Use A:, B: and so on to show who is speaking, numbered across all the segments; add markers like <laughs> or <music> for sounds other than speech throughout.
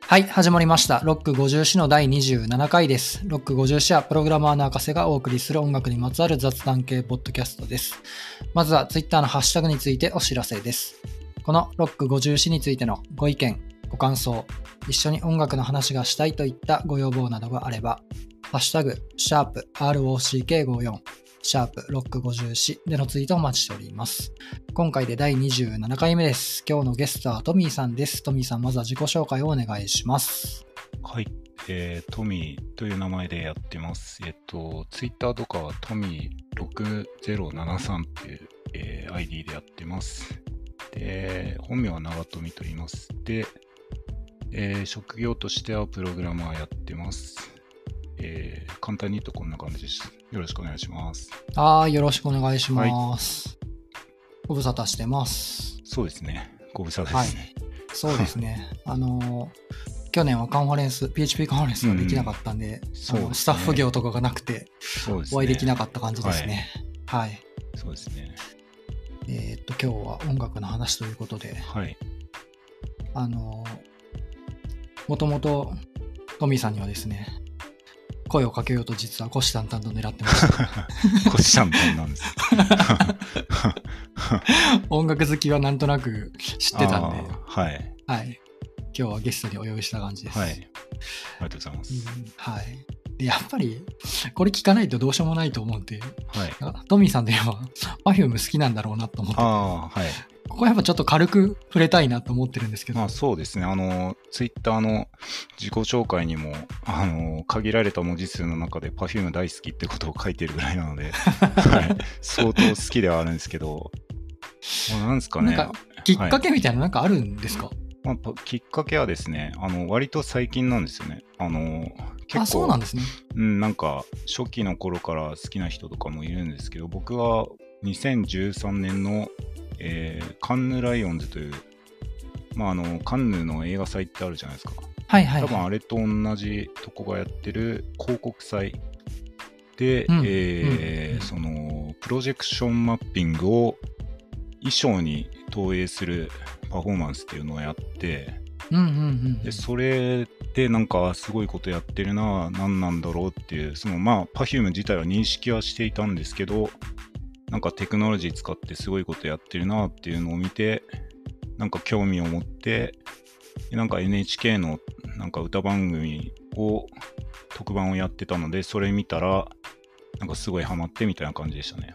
A: はい、始まりました。ロック50詩の第27回です。ロック50詩はプログラマーの博士がお送りする音楽にまつわる雑談系ポッドキャストです。まずはツイッターのハッシュタグについてお知らせです。このロック50詩についてのご意見、ご感想、一緒に音楽の話がしたいといったご要望などがあれば、ハッシュタグ、シャープ ROCK54、シャープロック50詩でのツイートをお待ちしております。今回で第27回目です。今日のゲストはトミーさんです。トミーさん、まずは自己紹介をお願いします。
B: はい、えートミーという名前でやってます。えっ、と、ツイッターとかはトミー6073っていう、えー ID でやってます。で、本名は長富と言います。で、えー職業としてはプログラマーやってます。えー簡単に言うとこんな感じです。よろしくお願いします。
A: あー、よろしくお願いします。ご無沙汰してます。
B: そうですね。ご無沙汰
A: は
B: で
A: い
B: すね。
A: そうですね。あのー去年はカンファレンス、PHP カンファレンスができなかったんで、あ
B: そうです
A: の
B: ね
A: スタッフ業とかがなくて、
B: そうですね。
A: お会いできなかった感じですね。はい。
B: そうですね。
A: えーっと、今日は音楽の話ということで、
B: はい。 <laughs>
A: あのもともとトミーさんにはですね、声をかけようと実は虎視眈々と狙ってま
B: <laughs>
A: した。
B: こっちゃんみたいなんです。
A: 音楽好きはなんとなく <laughs> 知ってたんで、
B: <laughs> あーはい。
A: はい。今日はゲストにお呼びした感じです。
B: はい。ありがとうございま
A: う
B: す。
A: んはい。で、やっぱり、これ聞かないとどうしようもないと思うんで、
B: はい。
A: なんかトミーさんといえば、Perfume 好きなんだろうなと思って、
B: ああ、はい。
A: ここはやっぱちょっと軽く触れたいなと思ってるんですけど、
B: まあそうですね。あの、ツイッターの自己紹介にも、あの、限られた文字数の中で Perfume 大好きってことを書いてるぐらいな
A: <laughs>
B: ので、はい。相当好きではあるんですけど、まあ、なんですかね。
A: なんかきっかけみたいなのなんかあるんですか、
B: まあ、パきっかけはですね、あの、割と最近なんですよね。あの、結構、
A: あ、そうなんですね。
B: うん、なんか初期の頃から好きな人とかもいるんですけど僕は2013年の、えーカンヌ・ライオンズという、まあ、あのカンヌの映画祭ってあるじゃないですか
A: はいはい、
B: 多
A: はい
B: 分。あれと同じとこがやってる広告祭で、
A: うん
B: えー
A: うん
B: そのプロジェクションマッピングを衣装に投影するパフォーマンスっていうのをやって
A: うんうんうん。
B: でそれでなんかすごいことやってるな何なんだろうっていうそのまあ Perfume 自体は認識はしていたんですけどなんかテクノロジー使ってすごいことやってるなっていうのを見てなんか興味を持ってでなんか NHK のなんか歌番組を特番をやってたのでそれ見たらなんかすごいハマってみたいな感じでしたね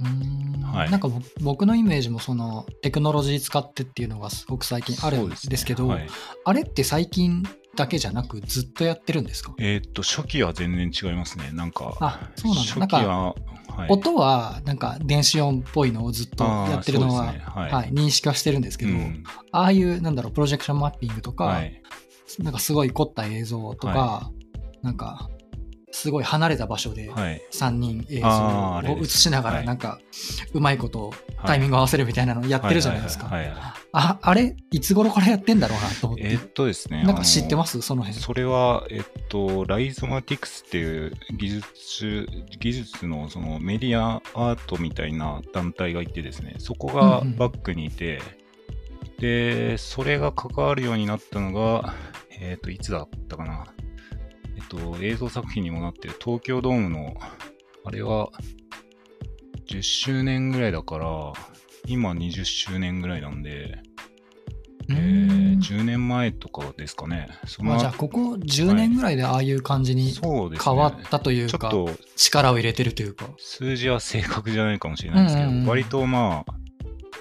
A: うーん
B: はい
A: なんか僕僕のイメージもそのテクノロジー使ってっていうのがすごく最近あるんですけど
B: そうですねはい
A: あれって最近だけじゃなくずっとやってるんですか、
B: えーっと初期は全然違いますねなんか
A: あそうなんだ
B: 初期ははい
A: 音はなんか電子音っぽいのをずっとやってるの
B: あーそ
A: は、
B: うですねはい
A: はい、認識はしてるんですけど、
B: うん
A: ああいうなんだろうプロジェクションマッピングとか、
B: はい、
A: なんかすごい凝った映像とか、
B: は
A: なんかすごい離れた場所で
B: はい、
A: 3人映
B: あーあ
A: 像
B: れ
A: を
B: です
A: 映しなが
B: は
A: ら
B: い
A: なんかうまいことタイミン
B: グ
A: グを合わせるみたいなのやってるじゃないですか。
B: はいはいはいはい
A: ああれいつ頃からやってんだろうなと思って
B: えっ。とですね、
A: なんか知ってますすその辺。
B: それは、えっと、ライゾマティクスっていう技術、技術のそのメディアアートみたいな団体がいてですね、そこが
A: うんうん
B: バックにいて、で、それが関わるようになったのが、えっと、いつだったかな。えっと、映像作品にもなってる東京ドームの、あれは、10周年ぐらいだから、今20周年ぐらいなんで、
A: う
B: え
A: ー
B: ー
A: ん
B: 10年前とかですかね。そ
A: まあ、じゃあこ
B: 後
A: こ10年ぐらいでああいう感じに
B: そうですね
A: 変わったという
B: ちょ
A: か、
B: っと
A: 力を入れてるというか。
B: 数字は正確じゃないかもしれないですけど、
A: うんうんうん
B: 割とまあ、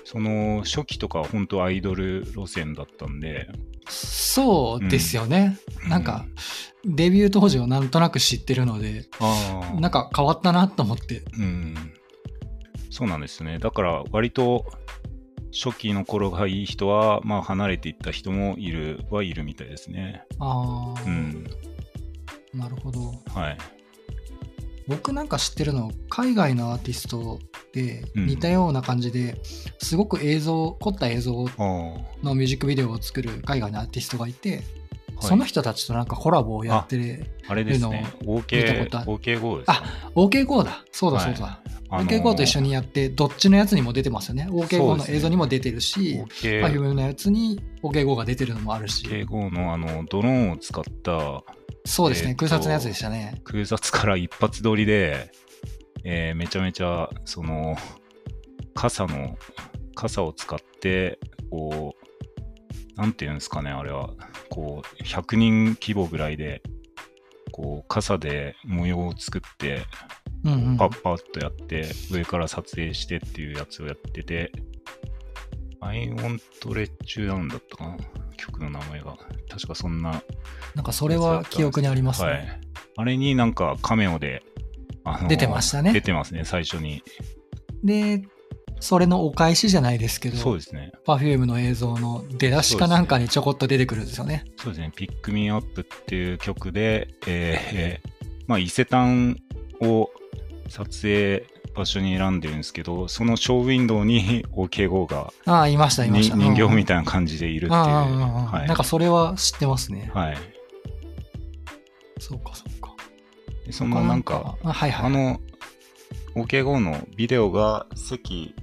B: その初期とかは本当アイドル路線だったんで、
A: そうですよね。なんか、デビュー当時をなんとなく知ってるので、
B: うん、あー
A: なんか変わったなと思って。
B: うん、そうなんですね。だから割と初期の頃がいい人は、まあ離れていった人もいるはいるみたいですね。
A: ああ、
B: うん、
A: なるほど。
B: はい。
A: 僕なんか知ってるの、海外のアーティストで
B: うん
A: 似たような感じで、すごく映像、凝った映像
B: ああ、
A: のミュージックビデオを作る海外のアーティストがいて、
B: はい
A: その人たちとなんかコラボをやってる。
B: あれですね、
A: 見たことあ
B: OK、OK5 です、ね。
A: OKGO だ。そうだそうだ。
B: あの
A: OKGO と一緒にやって、どっちのやつにも出てますよね。
B: そ
A: OKGO
B: うで
A: の
B: すね
A: 映像にも出てるし、
B: OK、
A: Perfume のやつに OKGO が出てるのもあるし、
B: OK5 のあのドローンを使った
A: そうです
B: え
A: ね、
B: ーと
A: 空撮のやつでしたね。
B: 空撮から一発撮りで、えーめちゃめちゃその傘の傘を使ってこうなんていうんですかねあれはこう100人規模ぐらいでこう傘で模様を作って
A: うんうん
B: パッパッとやって上から撮影してっていうやつをやっててアイオントレッチュダウンだったかな曲の名前が確かそんな
A: なんかそれは記憶にあります
B: は
A: ね。
B: い、あれになんかカメオで、あの
A: 出てましたね
B: 出てますね、最初に。
A: で、それのお返しじゃないですけど、
B: そうですね。
A: Perfume の映像の出だしかなんかにちょこっと出てくるんですよね。
B: そうですね。ピックミンアップっていう曲で、えーえーまあ、伊勢丹を撮影場所に選んでるんですけど、そのショーウィンドウに OKGO が
A: ああ、いました、いまし
B: に
A: た。
B: 人形み
A: た
B: たいな感じでいるっていう。
A: ああああああ、
B: はい
A: なんかそれは知ってますね。
B: はい。
A: そうか、そうか。
B: でそのなんか、、
A: あはいはい。
B: あの、OKGO のビデオが関、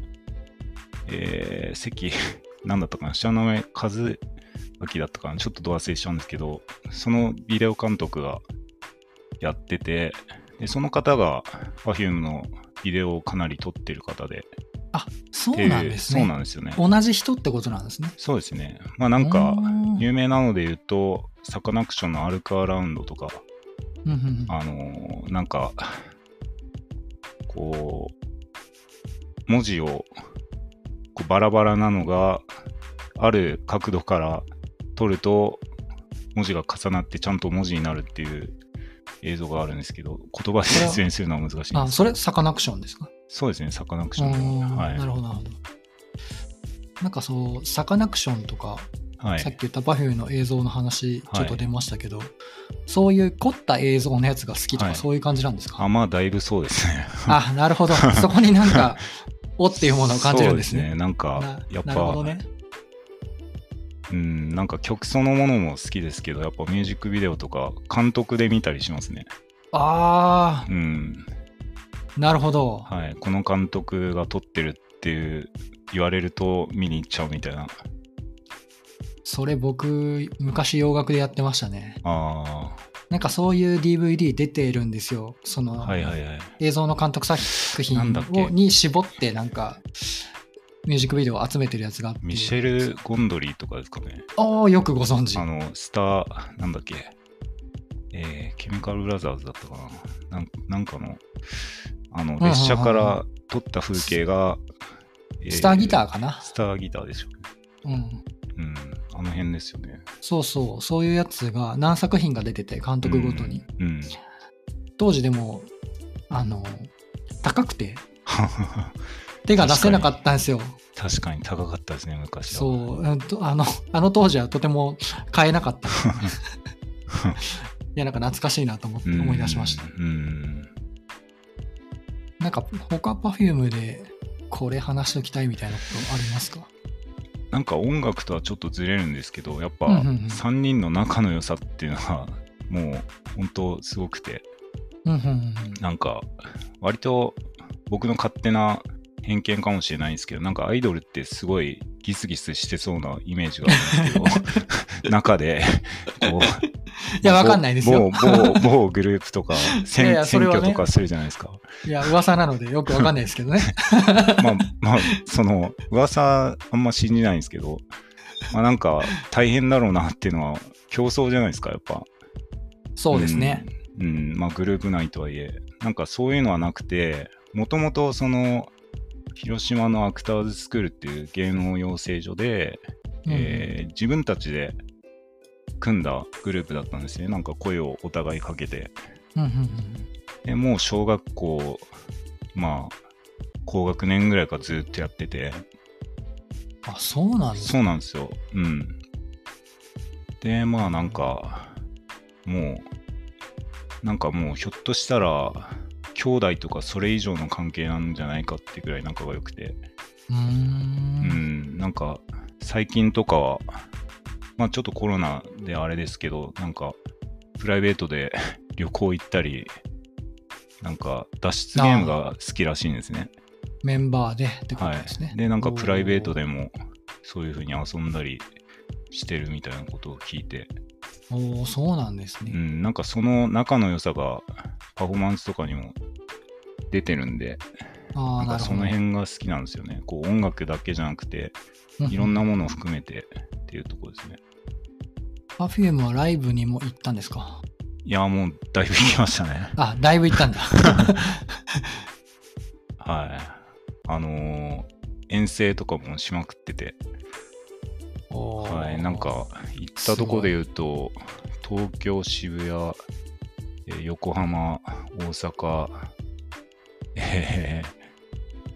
B: えー、関、 <laughs> なんだったかな、下の名前、和明だったかな、ちょっと度忘れしちゃうんですけど、そのビデオ監督がやってて、でその方が Perfume のビデオをかなり撮ってる方で、
A: あそうなんですね。
B: そうなんですよね。
A: 同じ人ってことなんですね。
B: そうですね。まあなんか
A: う、ん
B: 有名なので言うと、サカナクションのアルカーラウンドとか、
A: うんうんうん
B: あのーなんか、こう、文字をこうバラバラなのが、ある角度から取ると、文字が重なってちゃんと文字になるっていう映像があるんですけど、言葉で説明するのは難しいんですけど
A: あそれサカナクションですか
B: そうですね、サカナクシ
A: う
B: ョン
A: ん
B: の。はい
A: な。るほどなるほどなんかそうサカナクションとか、
B: は
A: さっ
B: い、
A: き言った Perfume の映像の話
B: はい
A: ちょっと出ましたけど、そういう凝った映像のやつが好きとか、
B: はい
A: そういう感じなんです
B: あ
A: か
B: まあ、だいぶそうですね。
A: あなるほ
B: <laughs>
A: どそこになんかおっていうものを感じるんです
B: そう
A: ね
B: なん
A: な
B: か、やっ
A: なるほど
B: ぱ、
A: ね
B: うん、なんか曲そのものも好きですけど、やっぱミュージックビデオとか、監督で見たりしますね。
A: あ
B: うん、
A: あなるほど、
B: はい、この監督が撮ってるっていう言われると見に行っちゃうみたいな。
A: それ僕昔洋楽でやってましたね
B: あ
A: なんかそういう DVD 出てるんですよその、
B: あ、はいはいはい。
A: 映像の監督作品
B: なんだっ
A: を
B: け
A: に絞ってなんかミュージックビデオを集めてるやつがあって
B: ミシェル・ゴンドリーとかですかね。
A: ああよくご存知
B: あの、スター、なんだっけ、えーケミカル・ブラザーズだったかな。なんなんかの、あの、
A: はいはいはい
B: 列車から撮った風景が、え
A: スターギター
B: ー
A: かな、
B: スターギターでしょ。
A: うん、
B: うん、あの辺ですよね。
A: そうそうそういうやつが何作品が出てて監督ごとに、
B: うん。 <laughs> うん。
A: 当時でもあの高くて
B: 確
A: 手が出せなかったんですよ
B: かに高かったですね、昔は。
A: そううんとあのあの当時はとても買えなか
B: <laughs>
A: ったいやなんか懐かしいなと思って
B: うん
A: 思い出しました、
B: うん。
A: なんか他 Perfume でこれ話しておきたいみたいなことありますか
B: なんか音楽とはちょっとずれるんですけどやっぱ
A: うんうんうん
B: 3人の仲の良さっていうのは <laughs> もう本当すごくて
A: うんうんうんうん
B: なんか割と僕の勝手な偏見かもしれないんですけどなんかアイドルってすごいギスギスしてそうなイメージがあるんです
A: <laughs>
B: けど中でこうい
A: いや、わかんないですよ。
B: 某某某グループとか選
A: いやいやそ
B: 選
A: れはね
B: 挙とかするじゃないですか。
A: いや、噂なのでよくわかんないですけ
B: <laughs>
A: どね。
B: まあまあその噂あんま信じないんですけど、まあ、なんか大変だろうなっていうのは競争じゃないですかやっぱ
A: そうですね。
B: うん、うんまあグループ内とはいえなんかそういうのはなくてもともとその広島のアクターズスクールっていう芸能養成所で、えー自分たちで組んだグループだったんですねなんか声をお互いかけて
A: うんうんうん
B: でもう小学校まあ高学年ぐらいからずっとやってて
A: あ、そうなんです
B: そうなんですよ。うん。で、まあなんか、もう、なんかもうひょっとしたら、兄弟とかそれ以上の関係なんじゃないかってぐらい仲が良くて、
A: うー。
B: うんん、なんか最近とかは、まあちょっとコロナであれですけど、なんか、プライベートで <laughs> 旅行行ったり、なんか脱出ゲームが好きらしいんですね。
A: メンバーでってこと
B: は
A: ですね。
B: い。で、なんかプライベート
A: で。
B: でも、そういう風に遊んだりしてるみたいなことを聞いて、
A: おお、そうなんです
B: う
A: ね。
B: ん、なんかその仲の良さが、パフォーマンスとかにも出てるんで、
A: あ
B: な
A: あ、
B: ん
A: な
B: か
A: る
B: そ
A: ほど。
B: の辺が好きなんですよね。こう音楽だけじゃなくて、
A: うん
B: いろんなものを含めてっていうところですね。
A: Perfume はライブにも行ったんですか
B: いや、もうだいぶ行きましたね。
A: あ、だいぶ行
B: <laughs>
A: ったんだ。
B: はい。あのー遠征とかもしまくってて、
A: おー
B: はい、なんか、行ったとこで言うと、東京、渋谷、えー横浜、大阪、え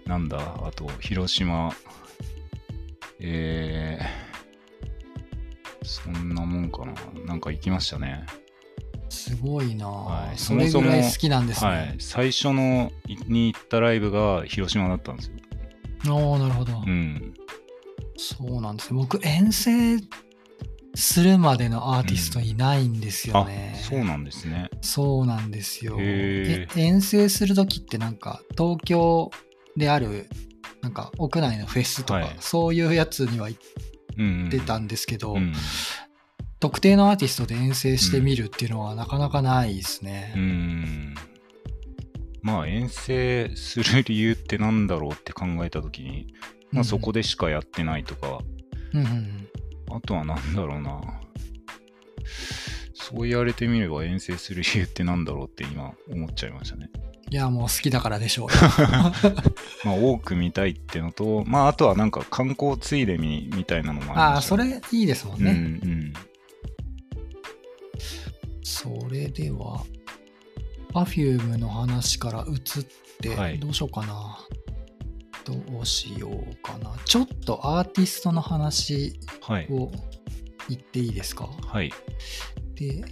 B: ー、なんだ、あと、広島、えー、そんなもんかな。なんか行きましたね。
A: すごいなあ、
B: はい
A: それぐら
B: そもそも
A: い好きなんです
B: は
A: ね
B: い。。最初のいに行ったライブが広島だったんですよ。
A: おおなるほど、
B: うん。
A: そうなんですね。僕、遠征するまでのアーティストいないんですよ
B: あ
A: ね。、
B: そうなんですね。
A: そうなんですよ。え
B: へ
A: 遠征するときってなんか東京であるなんか屋内のフェスとか、
B: はい
A: そういうやつには行っ
B: うん、うん。
A: てたんですけど、
B: うん
A: 特定のアーティストで遠征してみるっていうのはなかなかないですね。
B: うーんまあ遠征する理由ってなんだろうって考えた時に、まあ、そこ
A: で、
B: でしかやってないとか、
A: うんうん
B: あとはなんだろうなそう言われてみれば遠征する理由ってなんだろうって今思っちゃいましたね
A: いやもう好きだからで
B: <laughs>
A: しょうよ。
B: まあ多く見たいってのとまああとはなんか観光ついでみみたいなのもありました
A: ああそれいいですもん
B: うん
A: ね。
B: うん
A: それでは Perfume の話から移っ
B: は
A: て
B: い
A: どうしようかな、どうしようかなちょっとアーティストの話
B: はい
A: を言っていいですか
B: はい
A: で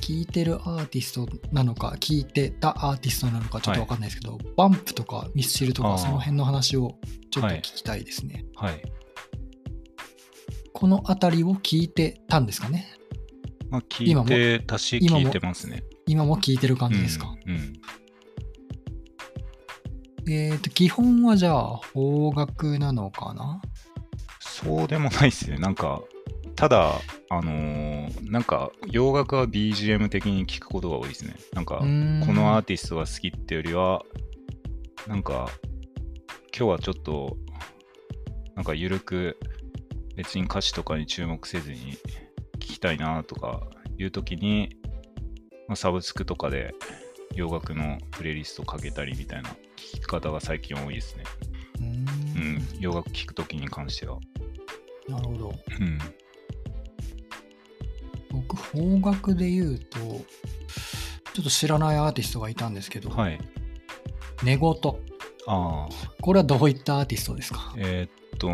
A: 聴いてるアーティストなのか聴いてたアーティストなのかちょっと分かんないですけど、バンプとかミスチルとか
B: あー
A: その辺の話をちょっと
B: はい
A: 聞きたいですね、
B: はい
A: この辺りを聞いてたんですかね
B: まあ聞いてたし
A: 今も
B: 聞いてますね
A: 今も聴いてる感じですか、
B: うんうん
A: えー、と基本はじゃあ邦楽なのかな
B: そうでもないっすね。なんか、ただ、あのーなんか、洋楽は BGM 的に聞くことが多いですね。なんか、
A: こ
B: このアー
A: テ
B: ティストが好きってよりは、なんか、今日はちょっと、なんか、ゆるく、別に歌詞とかに注目せずに聞きたいなとかいう時に、まあ、サブスクとかで洋楽のプレイリストかけたりみたいな聞き方が最近多いですね。う
A: ィ
B: ん、洋楽聞く時に関しては。
A: なるほど
B: うん
A: 僕邦楽で言うとちょっと知らないアーティストがいたんですけど、
B: はい。
A: 寝言
B: ああ、
A: これはどういったアーティストですか
B: えーっと、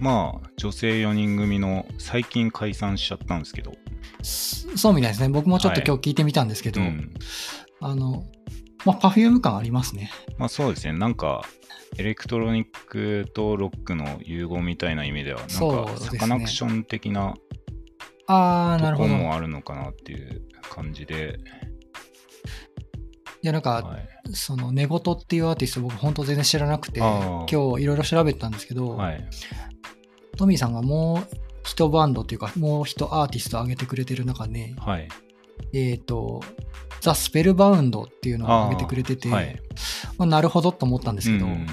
B: まあ、女性4人組の最近解散しちゃったんですけど、
A: そそうみたいですね僕もちょっと
B: はい
A: 今日聞いてみたんですけ
B: う
A: ど、
B: ん、
A: あのまあパフューム感ありますね
B: まあそうですね、なんか、エレクトロニックとロックの融合みたいな意味では、なん
A: そう
B: か、
A: です
B: サ
A: ね
B: カナクション的な
A: ああ
B: と
A: なる
B: こ
A: ほどい
B: もあるのかなっていう感じで、
A: やなんか、
B: はい、
A: その寝言っていうアーティスト僕本当全然知らなくて
B: あ
A: 今
B: ー
A: 日いろいろ調べてたんですけど、
B: はい、
A: トミーさんがもう一バンドというかもう一アーティストを挙げてくれてる中で、
B: はい、
A: えっ、とザ・スペルバウンドっていうのを挙げてくれてて、
B: はい、
A: まあ、なるほどと思ったんですけど、
B: うん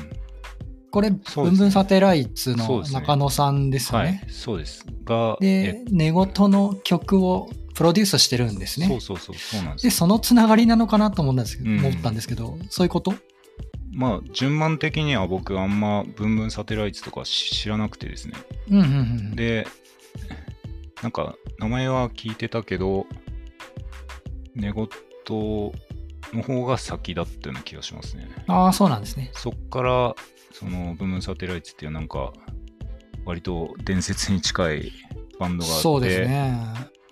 A: これ、
B: そう
A: ブン
B: ですね
A: ブンサテライツ
B: そう
A: の
B: ですね
A: 中野さんですよ
B: は
A: ね。
B: い、そうです。が、
A: で寝言の曲をプロデュースしてるんです
B: えそ
A: ね
B: う。そうそう、そうなんです
A: で、
B: よ。
A: そのつながりなのかなと思ったんですけど、
B: うん
A: 思ったんですけどそういうこと
B: まあ、順番的には僕、あんま、ブンブンサテライツとかし知らなくてですね。
A: うんうんうん。
B: で、なんか名前は聞いてたけど、寝言の方が先だったような気がしますね。
A: ああ、そうなんですね。
B: そっから、そのブームサテライツっていうなんか、割と伝説に近いバンドがあって、
A: そうですね。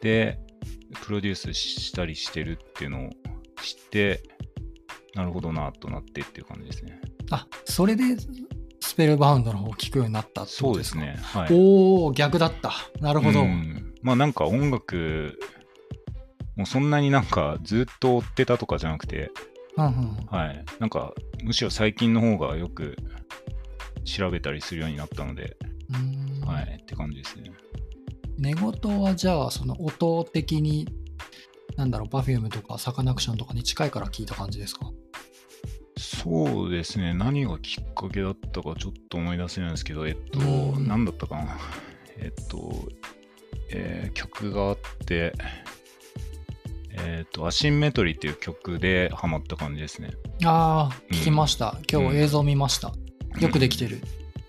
B: で、プロデュースしたりしてるっていうのを知って、なるほどなとなってっていう感じですね。
A: あそれでスペペルバウンドの方を聞くようになったってこ
B: そう
A: と
B: で
A: です
B: す
A: か
B: ね。はい。
A: おお逆だったなるほど、
B: うんまあなんか音楽、もうそんなになんかずっと追ってたとかじゃなくて、
A: うんうん
B: はい。なんか、むしろ最近の方がよく調べたりするようになったので、
A: うん
B: はい。って感じですね。
A: 寝言はじゃあその音的になんだろう Perfume とかサカナクションとかに近いから聞いた感じですか
B: そうですね。何がきっかけだったかちょっと思い出せないんですけど、えっと、
A: うん
B: 何だったかな。えっと、えー曲があって、えっと、アシンメトリーっていう曲でハマった感じですね。
A: ああ
B: うん
A: 聞きました、今日映像見ました、よくできてる、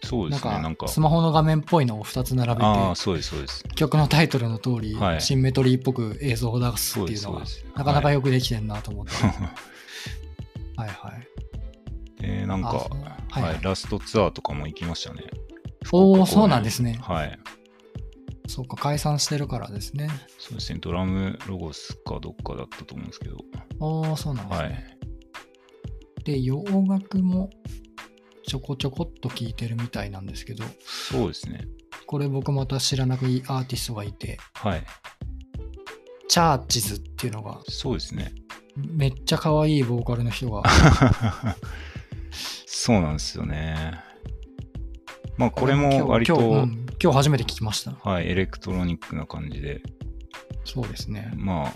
B: そうで
A: なん
B: すね。なん
A: か
B: か、
A: スマホの画面っぽいのを2つ並べて
B: ああ、そうです、そうです。
A: 曲のタイトルの通り、
B: はい
A: シンメトリーっぽく映像を出す
B: そ
A: っ
B: う
A: てい
B: で
A: う
B: す、
A: の
B: そう
A: が
B: です。
A: なかなか
B: はい
A: よくできてんなと思って、
B: <laughs>
A: はい、はい
B: で、なん
A: あ
B: か
A: そ、うはい
B: はい、ラストツアーとかも行きましたね。
A: お
B: 福
A: お
B: 岡公演
A: そうなんですね
B: はい。
A: そうか解散してるからですね
B: そうですね、ドラムロゴスかどっかだったと思うんですけど、
A: おおそうなんです
B: は
A: ね、
B: い。
A: で洋楽もちょこちょこっと聴いてるみたいなんですけど
B: そうですね、
A: これ僕また知らないアーティストがいて
B: はい。
A: チャーチズっていうのが
B: そうですね。
A: めっちゃ可愛いボーカルの人が
B: <laughs> そうなんですよね。まあ、 <laughs> これも割
A: 今日今日,、う
B: と、
A: ん今日初めて聞きました
B: はい、エレクトロニックな感じで、
A: そうですね
B: まあ、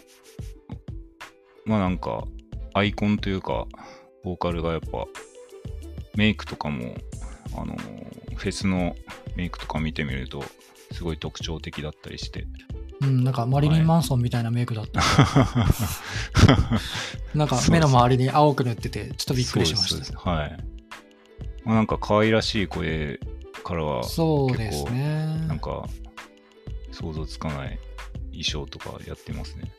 B: まあなんか、アイコンというか、ボーカルがやっぱ、メイクとかも、あの、フェスのメイクとか見てみると、すごい特徴的だったりして。
A: うんなんかマリリ
B: は
A: ン・
B: い
A: マンソンみたいなメイクだ
B: <laughs>
A: った、なんか目の周りに青く塗っててちょ <laughs> っとびっくりしま
B: そ
A: し
B: うです
A: た
B: そうですはい。まあ、なんか可愛らしい声からは、
A: そうですね
B: なんか、想像つかない衣装とかやってますね。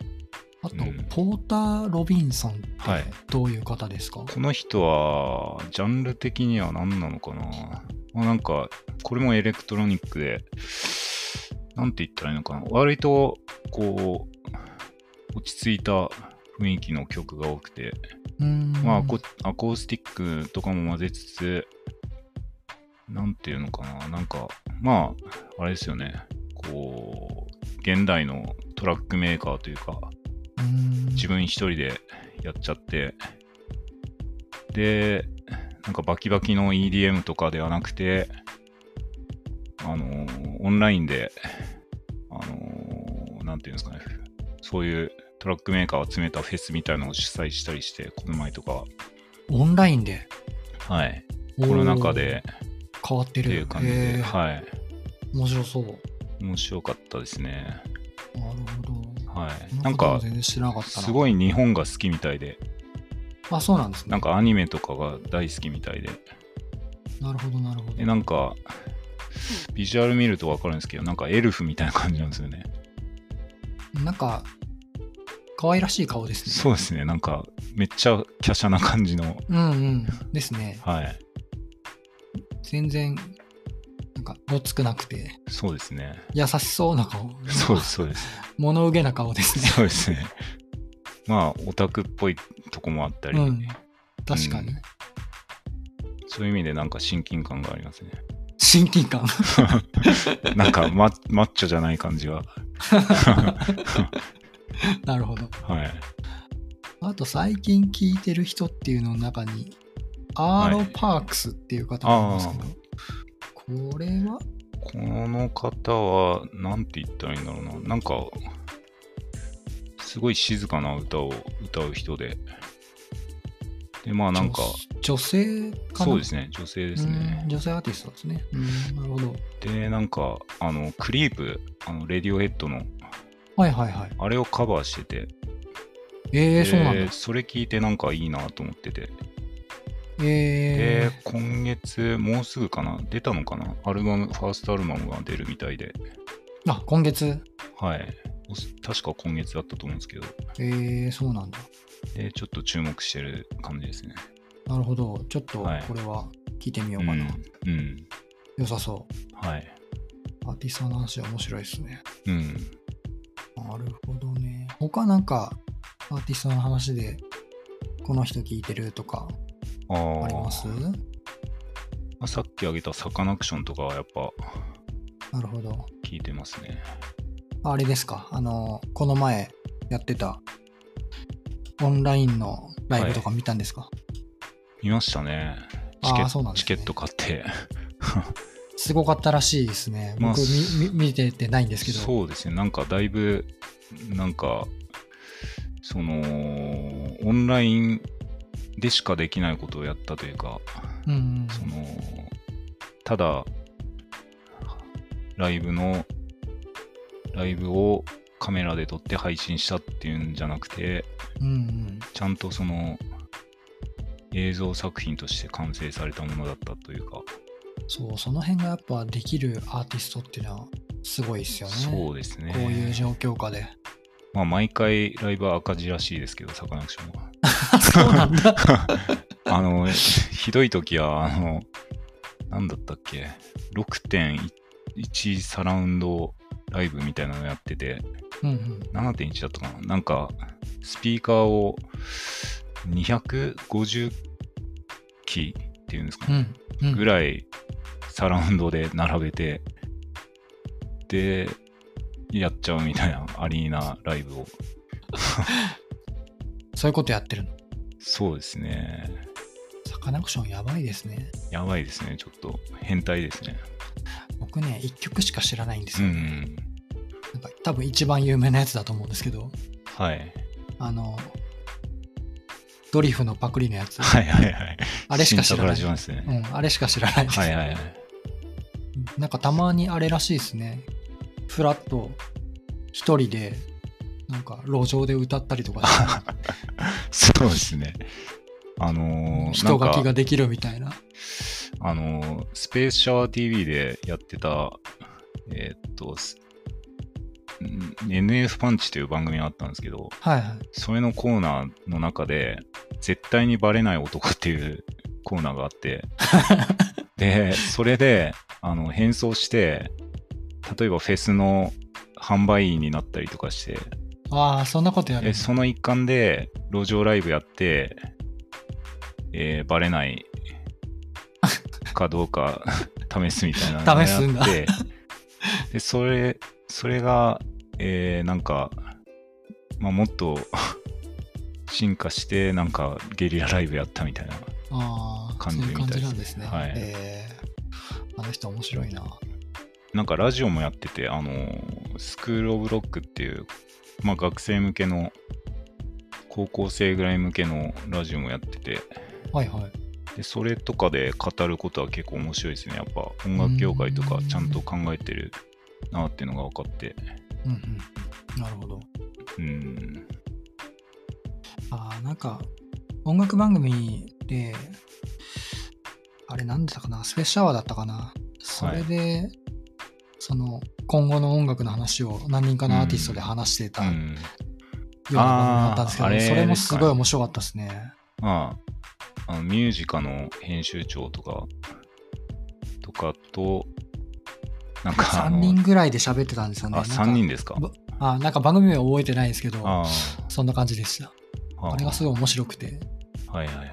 A: あと、
B: うん
A: ポーター・ロビンソンって
B: はい
A: どういう方ですか、
B: この人は、ジャンル的には何なのかな、まあ、なんか、これもエレクトロニックで、なんて言ったらいいのかな割と、こう、落ち着いた雰囲気の曲が多くて、
A: うーん
B: まあアコ、アコースティックとかも混ぜつつ、なんていうのかな、なんか、まあ、あれですよね、こう、現代のトラックメーカーというか、
A: うーん
B: 自分一人でやっちゃって、で、なんかバキバキの EDM とかではなくて、あの、オンラインで、あの、なんていうんですかね、そういうトラックメーカーを集めたフェスみたいなのを主催したりして、この前とか、
A: オンラインで
B: はい、コロナ禍で
A: おー変わって
B: って
A: る
B: いう感じで、
A: へー
B: はい、
A: 面白そうな
B: 面白かったですね。
A: るほど
B: はい、なん
A: ことも
B: か
A: 全然知らなかったな
B: すごい日本が好きみたいで、
A: あそうなんですね
B: なんかアニメとかが大好きみたいで、
A: なるほどなるほど
B: でなんかビジュアル見ると分かるんですけど、なんかエルフみたいな感じなんですよね。
A: なんか可愛らしい顔ですね
B: そうですね、なんかめっちゃ華奢な感じの、
A: うんうんですね
B: はい、
A: 全然なんかごっつくなくて
B: そうですね。
A: 優しそうな顔
B: そうです、そ
A: <laughs>
B: うです。
A: 物憂げな顔ですね
B: そうですね。まあ、オタクっぽいとこもあったり、
A: うん確かに、
B: うんそういう意味でなんか親近感がありますね。
A: 親近感 <laughs>
B: なんかママッチョじゃない感じが。
A: なるほど
B: はい。
A: あと最近聞いてる人っていうのの中にアーロ・パークスっていう方なんですけど、これは
B: この方は、なんて言ったらいいんだろうな。なんか、すごい静かな歌を歌う人で。で、まあなんか、
A: 女女性かな
B: そうですね、女性です
A: うん
B: ね。
A: 女性アーティストですね。うん、なるほど。
B: で、なんか、あの、クリープ、あの、レディオヘッドの、
A: はいはいはい。
B: あれをカバーしてて、
A: えー、
B: で
A: そうなんだ。
B: それ聞いてなんかいいなと思ってて。
A: え
B: で、今月、もうすぐかな出たのかなアルバム、ファーストアルバムが出るみたいで。
A: ー、あ、今月。
B: はい。おす確か今月だったと思うんですけど、
A: えー、そうなんだ。
B: でちょっと注目してる感じですね。
A: なるほど。ちょっと
B: はい
A: これは聞いてみよ
B: う
A: うかな。
B: ん。うん。
A: 良さそ
B: はい。
A: う。アーティストの話は面白いですね。
B: うん。
A: なるほどね。他なんかアーティストの話でこの人聞いてるとか
B: ああ。
A: あります
B: まあ、さっき挙げたサカナクションとかはやっぱ
A: なるほど。
B: 聞いてますね。
A: あれですか、あの、この前やってたオンラインのライブとか見たんですか、
B: 見ましたね。
A: あ
B: チケ
A: ーそうなんです
B: チ
A: ね
B: ケット買って。
A: すごかったらしいですね。
B: まあ
A: 僕、みみ見ててないんですけど。
B: そうですね、なんかだいぶ、なんか、その、オンラインでしかできないことをやったというか、
A: うんうん。
B: その、ただ、ライブの、ライブをカメラで撮って配信したっていうんじゃなくて、
A: うんうん。
B: ちゃんとその、映像作品として完成されたものだったというか、
A: そう、その辺がやっぱできるアーティストっていうのはすごいですよね。
B: そうですね。
A: こういう状況下
B: <laughs>
A: で。
B: まあ、毎回ライブは赤字らしいですけど、サカナクションは。
A: <laughs> そうなんだ。
B: あの、 <laughs> ひどい時は、あの、なんだったっけ、6.1サラウンドライブみたいなのやってて、
A: うんうん。
B: 7.1だったかななんか、スピーカーを250機っていうんですか
A: う
B: ね、
A: ん。うん、
B: ぐらいサラウンドで並べて、で、やっちゃうみたいなアリーナライブを。
A: そういうことやってるの。
B: そうですね。
A: サカナクションやばいですね。
B: やばいですね。ちょっと変態ですね。
A: 僕ね、1曲しか知らないんです
B: う
A: よ。
B: ん。
A: なんか多分一番有名なやつだと思うんですけど、
B: はい。
A: あの、ドリフのパクリのや
B: <laughs>
A: つ。
B: はいはいはい。
A: あれしか知らない。
B: 新桜島です
A: う
B: ね。
A: ん、あれしか知らないです。
B: はいはいはい。
A: なんかたまにあれらしいですね。ふらっと一人で、なんか路上で歌ったりとかして
B: そうですね。あのー、
A: 人書き
B: なんか
A: ができるみたいな。
B: あのー、スペースシャワー TV でやってた、えーっと、すん NF パンチという番組があったんですけど、
A: はいはい。
B: それのコーナーの中で、絶対にバレない男っていう <laughs> コーナーが
A: <laughs>
B: あって、で、それで、あの、変装して、例えばフェスの販売員になったりとかして、
A: ああ、そんなことやる
B: え
A: んだ。
B: その一環で路上ライブやって、えーバレないかどうか試すみたいなのを
A: 試すんだ
B: やってでそれそれが、えーなんか、まあ、もっと進化してなんかゲリラライブやったみたいな
A: ああ、
B: 感
A: そう
B: じ
A: いう感じ
B: みたいですね
A: なんですね。
B: はい
A: えーあの人面白いな。
B: なんかラジオもやっててあのースクール・オブ・ロックっていう、まあ、学生向けの高校生ぐらい向けのラジオもやってて
A: はいはい。
B: でそれとかで語ることは結構面白いですねやっぱ音楽業界とかちゃんと考えてるなっていうのが分かって
A: うんうん。なるほど。
B: うん
A: ああ、なんか音楽番組で、あれなんだったかな、スペースシャワーだったかな。それで、その今後の音楽の話を何人かのアーティストで話してた
B: う
A: ようなん番組だったんですけど、
B: あーあれ
A: それもすごい面白かったですね。
B: まああのミュージカの編集長とかとかとなんか
A: 3
B: あの
A: 人ぐらいで喋ってたんですよね。
B: あ
A: なんか
B: 3人ですか
A: ばあなんか番組名は覚えてないですけど、
B: あ
A: そんな感じでした。
B: あ
A: あれがすごい面白くて。
B: はいはいはい、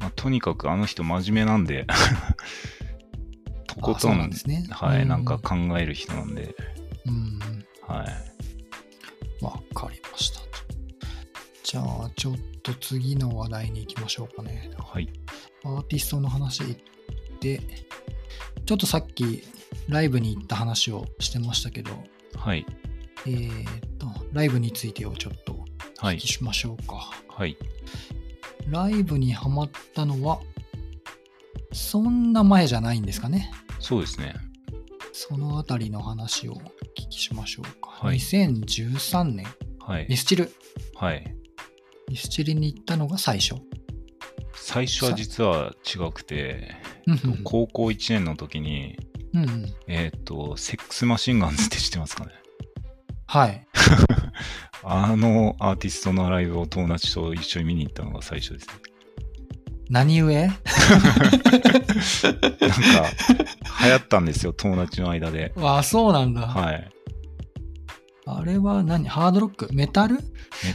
B: まあ、とにかくあの人真面目なん
A: <laughs>
B: でとこ
A: あ
B: と
A: そうんなんですね。
B: はい、
A: う
B: なんか考える人なんで、
A: うん。
B: はい、
A: わかりました。じゃあ、ちょっと次の話題に行きましょうかね。
B: はい、
A: アーティストの話行って、ちょっとさっきライブに行った話をしてましたけど、
B: はい、
A: えー、っと、ライブについてをちょっとお
B: は
A: 聞
B: い
A: き、しましょうか。
B: はい、
A: ライブにハマったのは、そんな前じゃないんですかね。
B: そうですね。
A: そのあたりの話をお聞きしましょうか。
B: はい
A: 2013年、
B: はい
A: ミ、スチル。
B: はい。
A: ミスチルに行ったのが最初。
B: 最初は実は違くて、
A: うんうん
B: 高校1年の時に、
A: うんうん
B: えっ、と、セックスマシンガンズって知ってますかね <laughs>
A: はい。
B: あのアーティストのライブを友達と一緒に見に行ったのが最初ですね。
A: 何故 <laughs>
B: なんか、流行ったんですよ、友達の間で。
A: ああ、そうなんだ。
B: はい。
A: あれは何ハードロックメタル
B: メ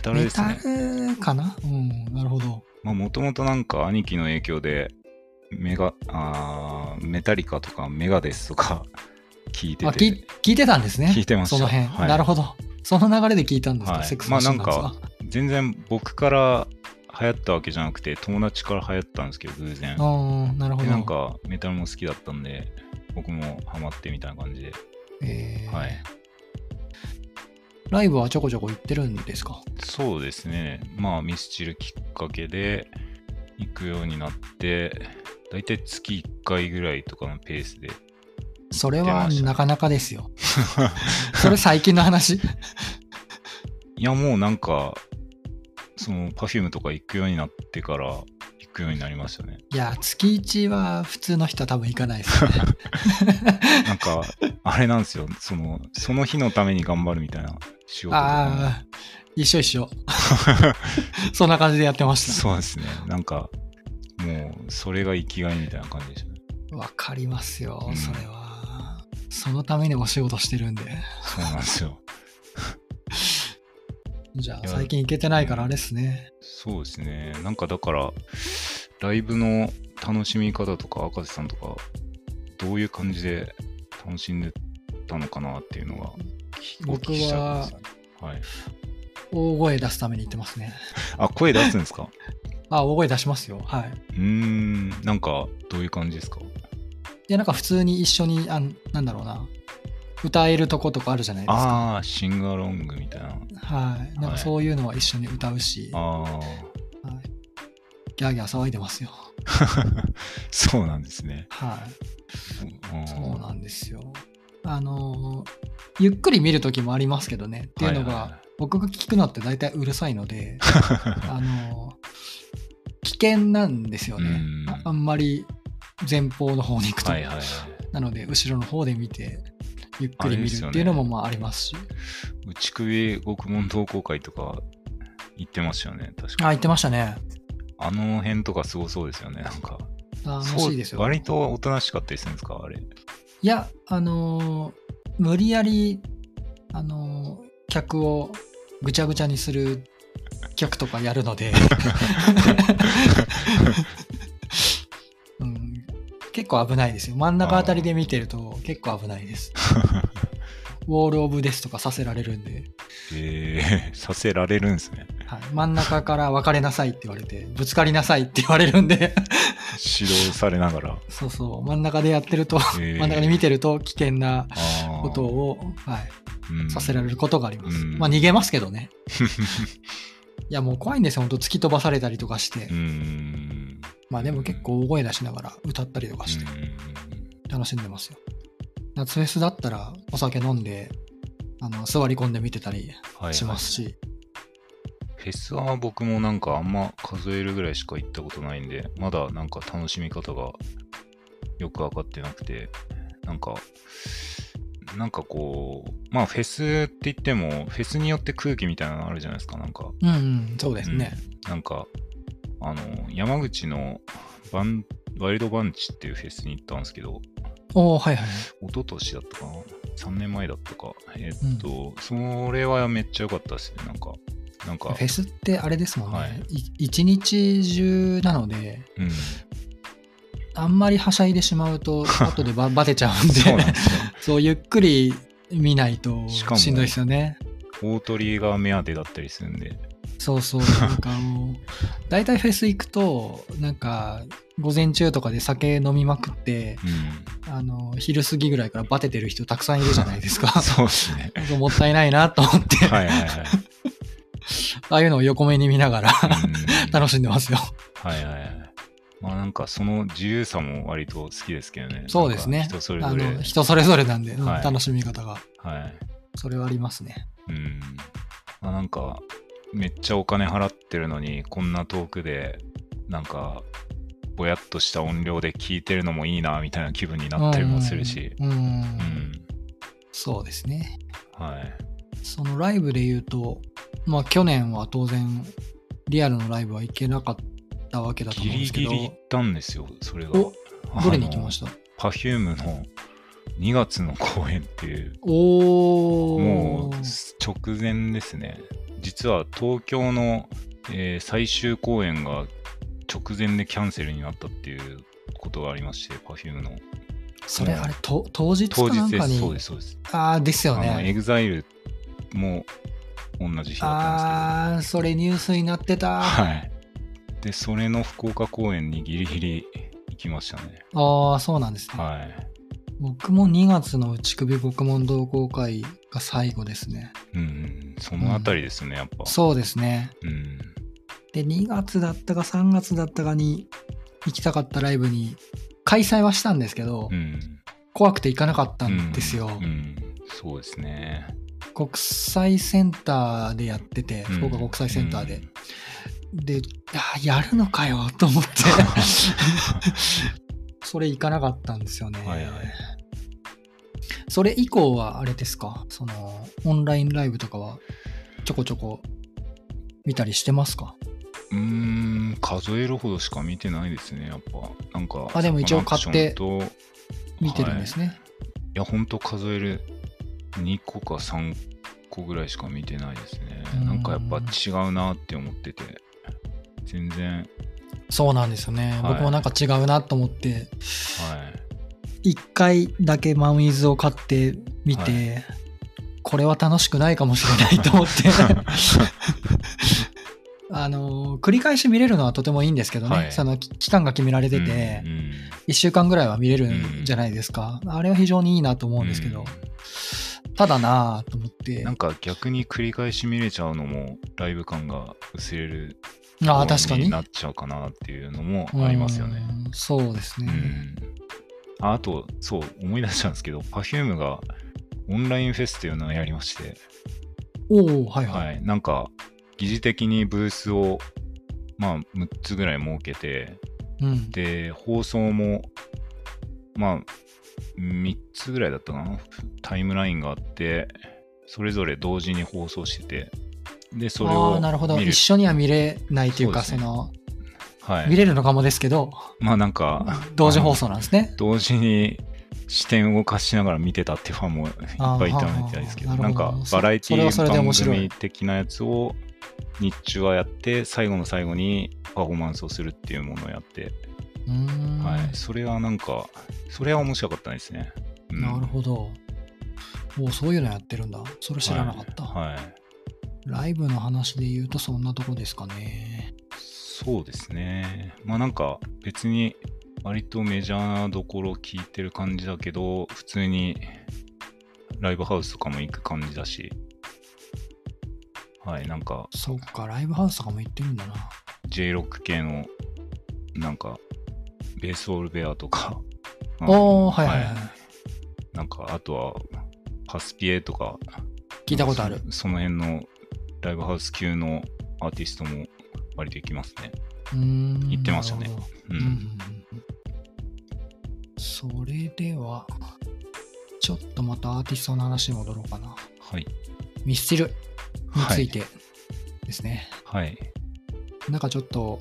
B: タル
A: メ
B: です
A: タ
B: ね。
A: ルかなうん、なるほど。
B: まあ、もともとなんか兄貴の影響で、メガあーメタリカとかメガデスとか聞いて
A: あ
B: て、
A: 聞聞いてたんですね。
B: 聞いてました
A: その辺、
B: はい
A: なるほど。その流れで聞いたんですか、
B: はい
A: セックスマシンガンズは。
B: まあ全然僕から流行ったわけじゃなくて友達から流行ったんですけど偶然
A: あーなるほ
B: で
A: ど。
B: なんかメタルも好きだったんで僕もハマってみたいな感じで
A: えー
B: はい
A: ライブはちょこちょこ行ってるんですか
B: そうですねまあミスチルきっかけで行くようになって大体月1回ぐらいとかのペースで
A: それ
B: 行って
A: は
B: ました
A: なかなかですよ。 <laughs> それ最近の話
B: いやもうなんかその Perfume とか行くようになってから行くようになりました
A: <laughs>
B: ね
A: いや、月1は普通の人は多分行かないです
B: <laughs>
A: ね。
B: なんかあれなんですよそのその日のために頑張るみたいな仕事とか
A: ああ、一緒一緒。 <laughs> そんな感じでやってま <laughs>
B: も
A: し
B: そうですねなんかもうそれが生きがいみたいな感じでしたね
A: た。わかりますよ
B: う、ん
A: それは。そのためにお仕事してるんで。
B: そうなんですよ
A: じゃ
B: い
A: あ
B: や
A: 最近行けてないからあれですね。
B: そうですね。なんかだから、ライブの楽しみ方とか、赤瀬さんとか、どういう感じで楽しんでたのかなっていうのが、お聞
A: 僕
B: きしたかっ
A: は
B: たですねはい。
A: 大声出すために行ってますね。
B: あ、声出すんですか
A: あ、大声出しますよ。はい。
B: うーん、なんか、どういう感じですか
A: いや、なんか普通に一緒に、あんなんだろうな。歌えるとことかあるじゃないですか。
B: ああー、シンガロングみたいな。
A: はい。なん
B: は
A: か
B: い
A: そういうのは一緒に歌うし、は
B: ああ、
A: い、ギャーギャー騒いでますよ。
B: <laughs> そうなんですね。
A: はい。
B: うん
A: そうなんですよ。あのーゆっくり見る時もありますけどね。っていうのが、
B: は
A: 僕が聞くのって大体うるさいの
B: <laughs>
A: で、あのー危険なんですよね
B: うん。
A: ああんまり前方の方に行くと。
B: はいはいはいはいはい。
A: なので、後ろの方で見て、ゆっくり
B: あれ
A: 見
B: です
A: る
B: よね
A: っていうのもまあありますし。
B: 内首獄門同好会とか、行ってましたよね、確か
A: あ、言ってましたね。
B: あの辺とかすごそうですよね、なんか。
A: 楽
B: そう
A: しいですよ。
B: 割とおとなしかったりするんですか、あれ。
A: いや、あのー無理やり、あのー客をぐちゃぐちゃにする客とかやるので、うん、結構危ないですよ。真ん中あたりで見てると結構危ないです。ウォールオブデスとかさせられるんで、
B: えー、さ <laughs> せられるんですね。
A: はい、真ん中から別れなさいって言われて、ぶつかりなさいって言われるんで、
B: 指導され
A: <laughs>
B: ながら。
A: そうそう、真ん中でやってると、
B: えー
A: 真ん中で見てると危険な
B: あー
A: ことを、はい、
B: うん
A: させられることがあります。
B: うん
A: まあ逃げますけど
B: <laughs>
A: ね。いやもう怖いんですよ、本当突き飛ばされたりとかして。
B: うん。
A: まあでも結構大声出しながら歌ったりとかして
B: うん
A: 楽しんでますよ。夏フェスだったらお酒飲んで、あの座り込んで見てたり
B: はい
A: しますし、
B: フェスは僕もなんかあんま数えるぐらいしか行ったことないんで、まだなんか楽しみ方がよく分かってなくて、なんか、なんかこう、まあフェスって言っても、フェスによって空気みたいなのあるじゃないですか、なんか。
A: うんうん、そうですね。
B: なんか、あの、山口のバンワイルドバンチっていうフェスに行ったんですけど、
A: おおはいはいはい。
B: 一昨年だったかな ?3 年前だったか。えっと、それはめっちゃ良かったですね。なんか、なんか
A: フ、ェスってあれですもんね、
B: はい
A: い一日中なので、
B: うん。
A: あんまりはしゃいでしまう
B: <laughs>
A: と、後でばバテちゃうんで、
B: そうなんですよ。
A: <laughs> そうゆっくり見ないと
B: しかも
A: しんどいですよね。
B: 大鳥が目当てだったりするんで。
A: そうそうなんかもう大体フェス行くとなんか午前中とかで酒飲みまくって
B: うん。
A: あの昼過ぎぐらいからバテてる人たくさんいるじゃないですか
B: そうですね。
A: そうもったいないなと思って、
B: はいはい
A: ああいうのを横目に見ながら <laughs>
B: はい。うん
A: 楽しんでますよ
B: はいはいはい。まあなんかその自由さも割と好きですけどね。
A: そうです
B: なん
A: ね
B: か人それ
A: あ
B: ぞれ。
A: の人それぞれなんで、うん
B: はい
A: 楽しみ方が
B: はい。
A: それはありますね
B: うん。まあ、なんか、めっちゃお金払ってるのに、こんな遠くで、なんか、ぼやっとした音量で聞いてるのもいいな、みたいな気分になったりもするし。
A: うん、
B: うん。
A: そうですね
B: はい。
A: そのライブで言うとまあ去年は当然リアルのライブは行けなかったわけだと
B: ギ
A: 思うんで
B: リ
A: すけ
B: ギ
A: ど
B: リ行ったんですよ、それが。
A: おどれに行きました
B: た ?Perfume の2月の公演っていう、
A: おお
B: もう直前ですね。実は東京の、えー最終公演が直前でキャンセルになったっていうことがありまして、Perfume の。
A: それ、
B: うん
A: あれ、と当日
B: 当
A: かなん
B: 日で
A: か
B: す、
A: に。
B: そうです、そうです。
A: ああ、ですよ
B: あの、
A: ね。
B: EXILE も同じ日だったんです
A: ああー、それニュースになってた。
B: けど。はい。で、それの福岡公演にギリギリ行きましたね。
A: ああ、そうなんですね。
B: はい。
A: 僕も2月の内首獄門同好会が最後ですね。
B: うんうん、そのあたりですね、やっぱ。
A: そうですね。
B: うん。
A: で、2月だったか3月だったかに行きたかったライブに開催はしたんですけど、
B: うん。
A: 怖くて行かなかったんですよ。
B: うん。そうですね。
A: 国際センターでやってて、
B: うん
A: 福岡国際センター <laughs> で。で、あやるのかよと思
B: <laughs>
A: って、それ行かなかったんですよね。
B: はいはい
A: それ以降はあれですか、そのオンラインライブとかはちょこちょこ見たりしてますか
B: うん。うーん数えるほどしか見てないですね、やっぱ。なんか、
A: あでも一応買って
B: サカナクションと
A: 見てるんですね。
B: いや、ほんと数える2個か3個ぐらいしか見てないですね
A: う。ん
B: なんかやっぱ違うなって思ってて、全然、
A: そうなんですよね。
B: い
A: 僕もなんか違うなと思って、
B: は
A: 一回だけマウイズを買ってみて、
B: は
A: これは楽しくないかもしれないと思
B: <laughs>
A: って。あのー繰り返し見れるのはとてもいいんですけどね、
B: はい
A: そのき期間が決められ
B: い。
A: てて、
B: うんうん
A: 1週間ぐらいは見れるんじゃないですか、あれは非常にいいなと思うんですけど、ただなぁと思って
B: なんか逆に繰り返し見れちゃうのもライブ感が薄れる
A: ああ
B: 要因
A: 確かに
B: なっちゃうかなっていうのもありますよね。
A: うんそうです
B: う
A: ね、
B: んああとそう思い出したんですけど Perfume がオンラインフェスというのをやりまして、
A: おおはいはい、
B: はい、なんか疑似的にブースを、まあ、6つぐらい設けて
A: うん、
B: で放送もまあ3つぐらいだったかなタイムラインがあってそれぞれ同時に放送しててでそれ
A: あ
B: を
A: あなるほど
B: 見る
A: 一緒には見れないというか
B: そ
A: そう
B: ですね
A: の
B: はい、
A: 見れるのかもですけど、
B: まあなんか
A: 同時放送なんですね
B: 同時に視点を動かしながら見てたってファンもいっぱいいたみたいですけど
A: あー
B: な
A: はあ
B: ん
A: はあ
B: か
A: そ
B: バラエテ
A: それはそれ
B: ィ
A: で面
B: 番
A: 白い
B: 組的なやつを日中はやって最後の最後にパフォーマンスをするっていうものをやって、
A: うーん、
B: はい、それはなんかそれは面白かったですね、うん
A: なるほどもうそういうのやってるんだそれ知らなかった、
B: はいはい
A: ライブの話で言うとそんなとこですかね。
B: そうですね。まあなんか別に割とメジャーなどころ聞いてる感じだけど、普通にライブハウスとかも行く感じだし、はい、なんか
A: そっか、ライブハウスとかも行ってるんだな。
B: j ロック系のなんかベースオールベアとか、
A: お
B: あの
A: おはいはいはい。
B: なんかあとはパスピエとか、
A: 聞いたことある。
B: そその辺のライブハウス級のアーティストも割と行きますね。
A: うーん。
B: 行ってましたね
A: なるほど
B: うん。
A: うんうんうんうん。それでは、ちょっとまたアーティストの話に戻ろうかな。
B: はい。
A: ミスチルに
B: は
A: つ
B: い
A: い。てですね。
B: はい。
A: なんかちょっと、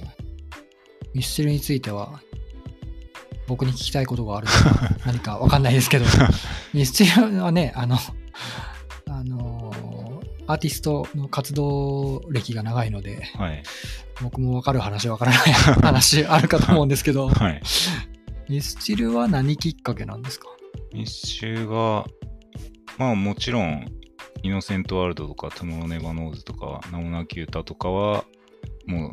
A: ミスチルについては、僕に聞きたいことがあるのか何かわかんないですけど、ミスチルはね、あの、あのーアーティストの活動歴が長いので、
B: はい。
A: 僕もわかる話わからない話あるかと思うんですけど、
B: はい。
A: ミスチルは何きっかけなんですか
B: 密集が、まあもちろん、イノセントワールドとか、トゥモローネバノーズとか、ナモナキュータとかは、もう、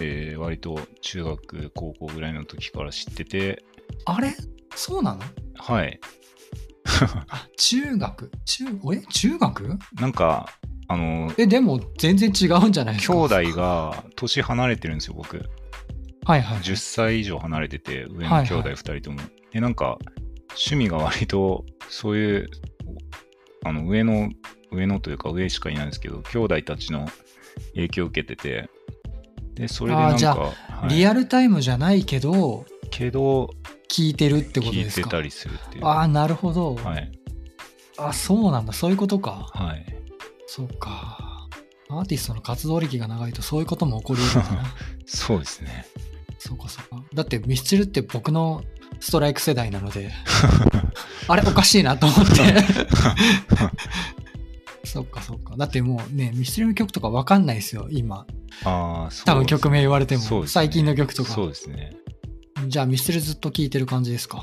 B: えー割と中学、高校ぐらいの時から知ってて、
A: あれそうなの
B: はい。
A: あ、中学中、え中学
B: なんか、あの、
A: え、でも全然違うんじゃないです
B: 兄
A: か
B: 弟が年離れてるんですよ、僕。
A: はいはい。
B: 10歳以上離れてて、上
A: はいは
B: の
A: い
B: 兄弟2人とも。で、なんか、趣味が割と、そういう、あの、上の、上のというか上しかいないんですけど、兄弟たちの影響を受けてて、で、それでなん
A: あーじゃ
B: か、
A: あ
B: はい
A: リアルタイムじゃないけど、
B: けど、
A: 聞いてるってこと
B: 聞
A: で
B: い
A: す
B: て
A: か
B: たりするっていう。
A: ああなるほど、
B: はい。
A: あそうなんだそういうことか
B: はい。
A: そうかアーティストの活動歴が長いとそういうことも起こり得るんだ
B: <laughs>
A: な
B: そうですね。
A: そうかそうかだってミスチルって僕のストライク世代なので <laughs> あれおかしいなと思っ
B: <laughs>
A: てそっかそっかだってもうねミスチルの曲とかわかんないですよ今
B: ああ、そうですね
A: 多分曲名言われても、
B: そうですね
A: 最近の曲とか
B: そうですね。
A: うじゃあミステルずっと聞いてる感じですか。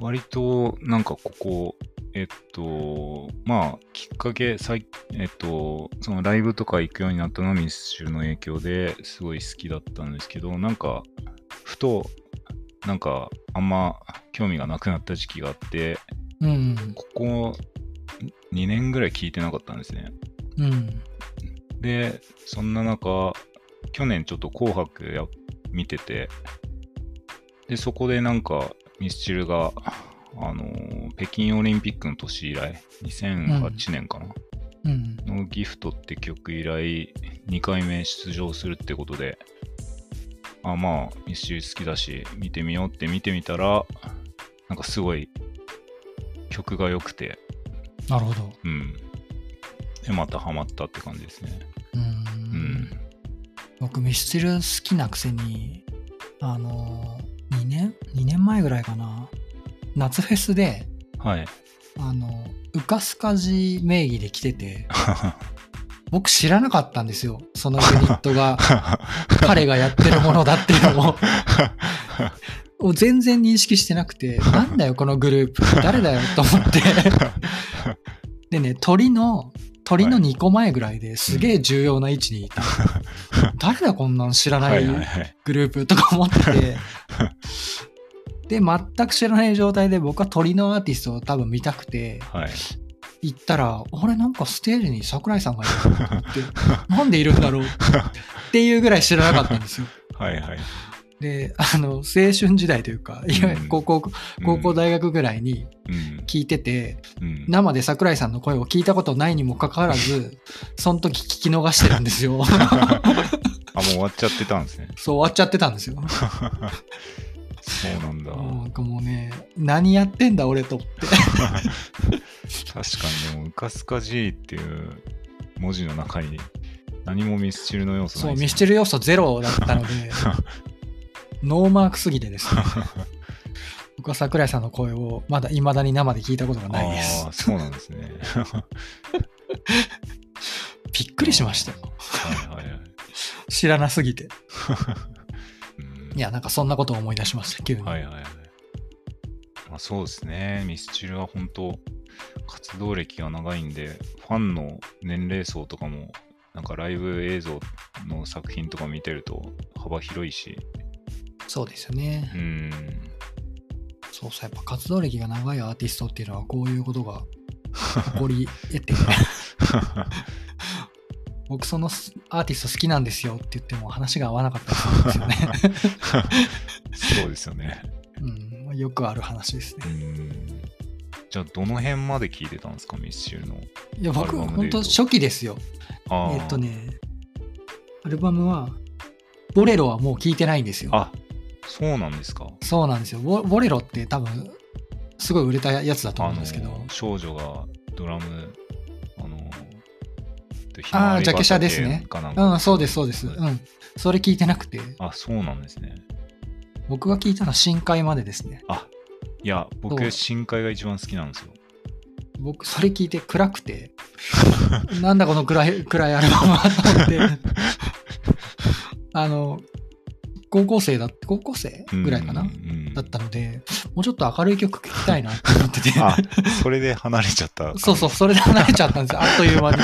B: 割となんかここえっとまあきっかけ最えっとそのライブとか行くようになったのはミスチルの影響ですごい好きだったんですけどなんかふとなんかあんま興味がなくなった時期があって
A: うん
B: ここ2年ぐらい聞いてなかったんですね
A: うん。うん。
B: でそんな中去年ちょっと「紅白や」見ててでそこでなんかミスチルがあのー北京オリンピックの年以来2008年かな、
A: うん。
B: の「ギフト」って曲以来2回目出場するってことであまあミスチル好きだし見てみようって見てみたらなんかすごい曲が良くて
A: なるほど。
B: うんでまたハマったって感じですね
A: うー
B: うんん。
A: 僕ミスチル好きなくせにあの2年2年前ぐらいかな夏フェスで
B: はい
A: あのウカスカジ名義で来て
B: <laughs>
A: て僕知らなかったんですよそのユニットが <laughs> 彼がやってるものだっていうのをもう全然認識してなくてなんだよこのグループ誰だよと思
B: <laughs>
A: ってでね鳥の鳥の2個前ぐらいですげえ重要な位置にい
B: <laughs>
A: た、誰だこんなん知らな
B: <laughs> はいいはいはい。
A: グループとか思っててで全く知らない状態で僕は鳥のアーティストを多分見たくて
B: はい、
A: 行ったらあれなんかステージに桜井さんがいると思ってなんでいるんだろうっていうぐらい知らなかったんですよ
B: はい、はい。
A: であの青春時代というかいわゆる高校高校大学ぐらいに
B: うん。
A: 聞いてて
B: うん。
A: 生で桜井さんの声を聞いたことないにもかかわらずその時聞き逃してるんですよ
B: あ、もう終わっちゃってたんですね。
A: そう終わっちゃってたんですよ
B: そうなんだ。
A: なんかもうね何やってんだ俺と思って
B: 確かに、でも、うかすか G っていう文字の中に何もミスチルの要素
A: そ
B: な
A: う
B: い
A: ミ
B: です
A: ス
B: ね、
A: チル要素ゼロだった
B: <laughs>
A: のでノーマークすぎてですね僕は桜井さんの声をまだいまだに生で聞いたことがないです
B: ああ、そうなんですね。 <laughs>
A: びっくりしましたよ
B: はいはいはい。
A: 知らなすぎて
B: うん
A: いやなんかそんなことを思い出しました急に、
B: はいはいはい。まあ、そうですね。ミスチルは本当、活動歴が長いんで、ファンの年齢層とかも、なんかライブ映像の作品とか見てると幅広いし、
A: そうですよね、 <laughs>
B: うん、
A: そうそうやっぱ活動歴が長いアーティストっていうのはこういうこと
B: <laughs>
A: が起こり得て僕そのアーティスト好きなんですよって言っても話が合わなかったりするんですよね、
B: <laughs> そうですよね。
A: うん、よくある話ですね
B: うん。じゃあ、どの辺まで聞いてたんですか、ミスチルの。
A: いや僕
B: アルバムで
A: 本
B: 言うと
A: 当初期ですよ
B: あー
A: えっと。ね、アルバムは、ボレロはもう聴いてないんですよ。
B: あ、そうなんですか。
A: そうなんですよ。ボボレロって多分、すごい売れたやつだと
B: あ
A: 思うん
B: の
A: ですけど、
B: 少女がドラム、あの、
A: あージャケ写ですね
B: かなんか
A: うん、そうです、そうです。うん。それ聞いてなくて、
B: あ、そうなんですね。
A: 僕が聞いたのは深海までですね。
B: あ、いや、
A: そう
B: 僕、深海が一番好きなんですよ。
A: 僕、それ聞いて暗く
B: <laughs>
A: て、なんだこの暗い、暗いアルバムはと思
B: <laughs>
A: って、あの、高校生だって、高校生ぐらいかな、
B: うんうん
A: だったので、もうちょっと明るい曲聴きたいなって思って
B: <laughs>
A: て。
B: あ、それで離れちゃった。
A: そうそう、それで離れちゃったん
B: <laughs>
A: ですよ、あっという間に。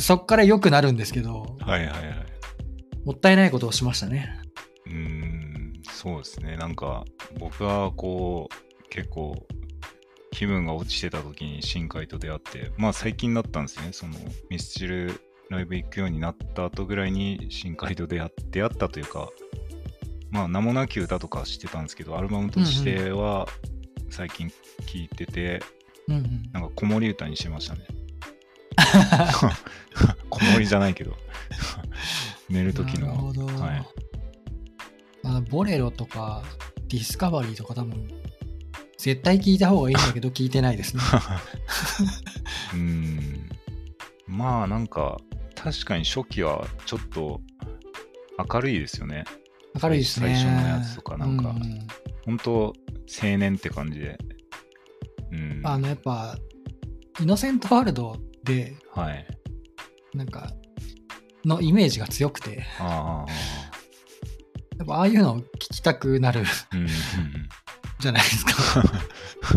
A: そっから良くなるんですけど、
B: はいはいはい。
A: もったいないことをしましたね。
B: うーん、そうですね。なんか、僕はこう、結構、気分が落ちてた時に深海と出会って、まあ最近だったんですね。その、ミスチルライブ行くようになった後ぐらいに深海と出会出会ったというか、まあ名もなき歌とかしてたんですけど、アルバムとしては最近聴いてて、
A: うんうん。
B: なんか子守歌にしてましたね。 <laughs> 子守じゃないけど、寝る時
A: なるほ
B: の。
A: ど。
B: はい
A: あボレロとか、ディスカバリーとか多分、絶対聞いた方がいいんだけ
B: <laughs>
A: ど、聞いてないですね。
B: うーんまあなんか確かに初期はちょっと明るいですよね
A: 明るいですね。
B: 最初のやつとかなんか
A: う
B: 本当青年って感じでうん
A: あの、やっぱ、イノセントワールドで、
B: はい
A: なんか、のイメージが強くて、
B: ああ
A: やっぱああいうのを聞きたくなる
B: うんうんうん
A: じゃないですか。